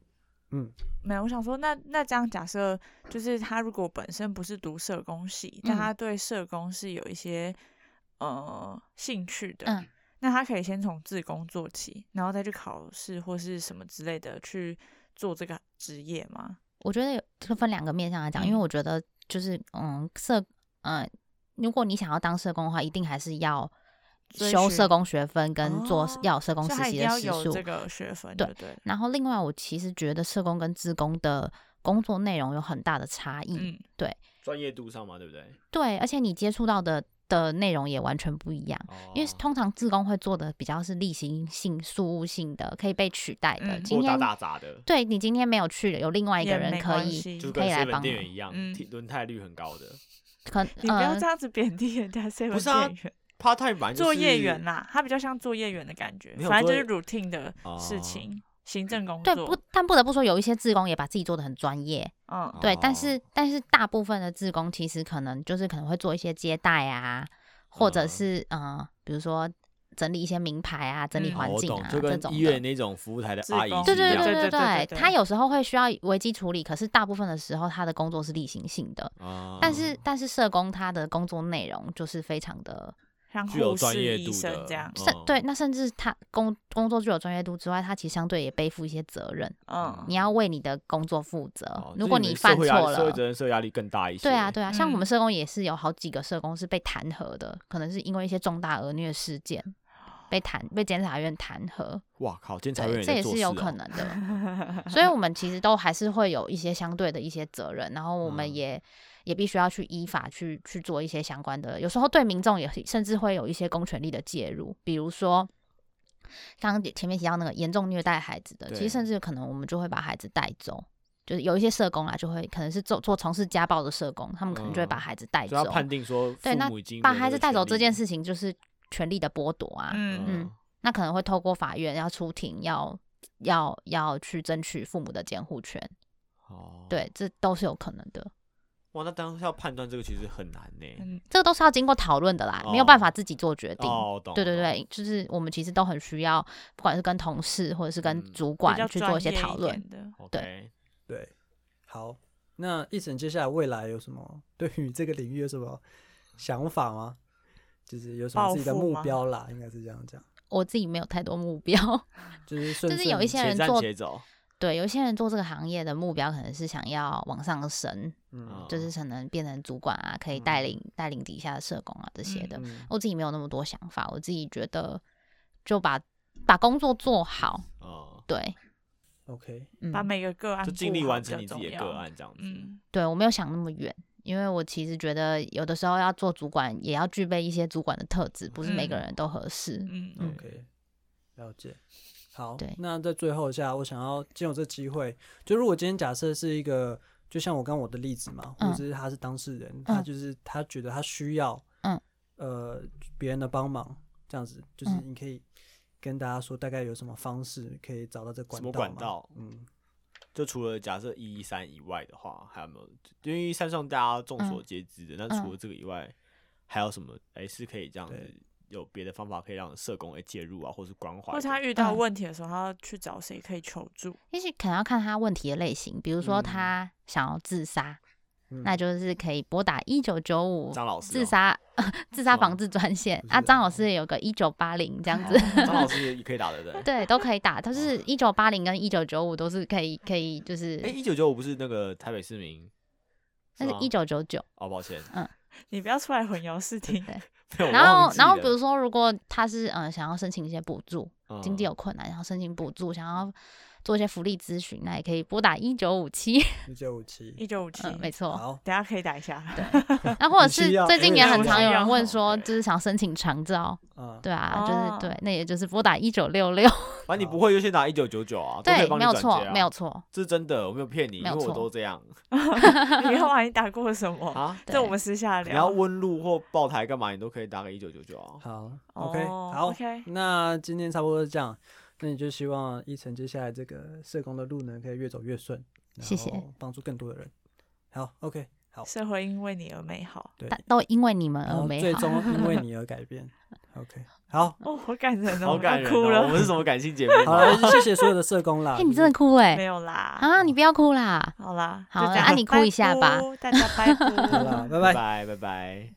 没有，我想说，那那这样假设，就是他如果本身不是读社工系，但
嗯
他对社工是有一些呃兴趣的，
嗯
那他可以先从自工做起，然后再去考试或是什么之类的去做这个职业吗？
我觉得有这分两个面向来讲，因为
嗯
我觉得就是嗯社嗯，如果你想要当社工的话，一定还是要
追
修
寻
社工学分跟做、
哦
要有社工
所以
实
他一
习
定
的
要
时
有
数
这。个学分，
对
对对了，
然后另外，我其实觉得社工跟志工的工作内容有很大的差异。
嗯，
专业度上嘛，对不对？
对，而且你接触到的的内容也完全不一样。
哦
因为通常志工会做的比较是例行性、事务性的，可以被取代的。
嗯
今
或
天
打打杂的，
对你今天没有去了，有另外一
也
个人
没
可
关
以，
系
就是
可
跟
以来
seven
帮
店
忙
员一样
嗯，
替轮胎率很高的。
可
你不要
呃
这样子贬低人 家 seven
是啊
店员，
part time 版
作业员
啊
啦，他比较像作业员的感觉
没，有
反正
作
就
业
是 routine 的事
哦
情，行政工
对
作，
不，但不得不说，有一些志工也把自己做的很专业，
嗯，
对。但
哦
是但是大部分的志工其实可能就是可能会做一些接待啊，或者
嗯
是嗯、呃比如说整理一些名牌啊，整理
嗯
环
哦我
境
懂
啊、，
就
这
跟
种
医
的
院那种服务台的
自
阿姨
工
是一
对对
样
对
的
对
对对对
他有时候会需要危机处理，可是大部分的时候他的工作是例行性的。
啊
但是但是社工他的工作内容就是非常的，
像
具有
护
专
士、
业
医
度
生
的
这样，
甚
哦
对那甚至他工工作具有专业度之外，他其实相对也背负一些责任，
嗯，
你要为你的工作负
哦
责。
就
如果
你们
你
社
犯
会压力
错
社会
了，
责任、社会压力更大一些。
对啊，对啊，像我们
嗯
社工也是有好几个社工是被弹劾的，可能是因为一些重大恶虐事件被弹被检察院弹劾，
哇靠，监察院
对，
也
这
在
也
做
是
事
有
哦
可能 的。所以，我们其实都还是会有一些相对的一些责任，然后我们
嗯
也、也必须要去依法去去做一些相关的，有时候对民众也甚至会有一些公权力的介入，比如说。刚刚前面提到那个严重虐待孩子的，其实
对
甚至可能我们就会把孩子带走，就是有一些社工啊，就会可能是做做从事家暴的社工，他们可能就会把
嗯
孩子带
就要
走，
判定说
对
父
那
母已经
把
没有
孩
那
子
个
带走
权
这
利
件，事情就是权力的剥夺啊。
嗯，
嗯那可能会透过法院要出庭，要要要去争取父母的监护权，
哦，
对，这都是有可能的，
哇，那当下要判断这个其实很难呢。
嗯，
这个都是要经过讨论的啦，没有办
哦
法自己做决定。
哦，我懂，
对对
我懂，
对，就是我们其实都很需要，不管是跟同事或者是跟
嗯
主
比较
管去做
专
些
业
讨
一
论。
点的，
对
OK，
对，好，那一晨接下来未来有什么对于这个领域有什么想法吗？就是有什么
抱
自己的
负
目
吗
标啦，应该是这样讲，
我自己没有太多目标，
就是顺
就是有一
顺
些
且
人
战
做
且走，
对，有一些人做这个行业的目标可能是想要往上升，
嗯
就
哦
是可能变成主管啊，可以带领带领底下的社工啊这些的。
嗯
我自己没有那么多想法，我自己觉得就把把工作做好，
哦，
对，
，OK，
嗯
把，每个个案
就尽
顾
力
好
完
比
成
较
你自
重
己的
要
个，案这样子。
嗯，
对我没有想那么远，因为我其实觉得有的时候要做主管，也要具备一些主管的特质，不是每个
嗯
人都合适。
嗯
嗯
OK，了解。好
对，
那在最后一下，我想要借用这机会，就如果今天假设是一个，就像我刚我的例子嘛，或
嗯
者是他是当事人，他
嗯
就是他觉得他需要，
嗯，
呃，别人的帮忙，这样子，就是
嗯
你可以跟大家说大概有什么方式可以找到这管
什么
道
管
吗
道
嗯，
就除了假设一一三以外的话，还有没有？因为一三上大家众
嗯
所皆知的，那、除了这个以外，还有什么？哎、是可以这样
对
子有别的方法可以让社工哎、介入啊，或是关怀的，
或者他遇到
嗯
问题的时候，他要去找谁可以求助，
也许可能要看他问题的类型，比如说
嗯
他想要自杀，
嗯
那就是可以拨打一九九五
张老师、哦
自，杀、 自杀
吗
防治专线
不
啊，
是
张
啊
老师也有个一九八零这样子。
张老师也可以打的，对 不对。
对，都可以打，它是一九八零跟一九九五都是可以，可以就是
哎，一九九五不是那个台北市民？
那是
吗
一九九九。
哦，抱歉，
你不要出来混淆视 听，
没有
然
忘
后，
记
然后
了
比如说，如果他是嗯、呃想要申请一些补助，经济
嗯
有困难，然后申请补助，想要做一些福利咨询，那也可以拨打一九 五七。
一九五七，
一九五七，
嗯，没
等
错。
好，
下可以打一下，
那或者
你需
是
要
最
因
近
为
也
你
很
需
常有
要
人问
哦
说，
对
就是想申请长照，
嗯，
对啊，就是
哦
对，那也就是拨打一九六六。
反正你不会就先拿一九九九啊，哦都可以
对，
帮
没
你
有
转接
错，
啊，
没有，错，
这是真的，我没有骗你，因
没有
为我
错
都这样
你要把你打过什么？
啊。
这
对
我们私下
你要
聊。
问路或爆台干嘛，你都可以打给一九九九啊。
好
哦
，OK，好
OK
那今天差不多是这样。那你就希望一晨接下来这个社工的路呢，可以越走越顺，然
谢谢
后帮助更多的人。好，OK，好，
社会因为你而美好。
对，
但都因为你们
然
哦
而
后
呃美
最
好。
终因为你而改 变。OK，好，
哦，好感人哦，
好感
要
人、哦，
哭
我
了。
们是什么感性节目？
好了，谢谢所有的社工
啊
啦。
哎，你真
就
的
是
哭哎、
没有啦，
啊！你不要哭啦，
好啦，
好
就这
啦
样
啊你哭一下吧
拜拜大家拜拜
好啦，拜
拜
拜。
拜拜拜。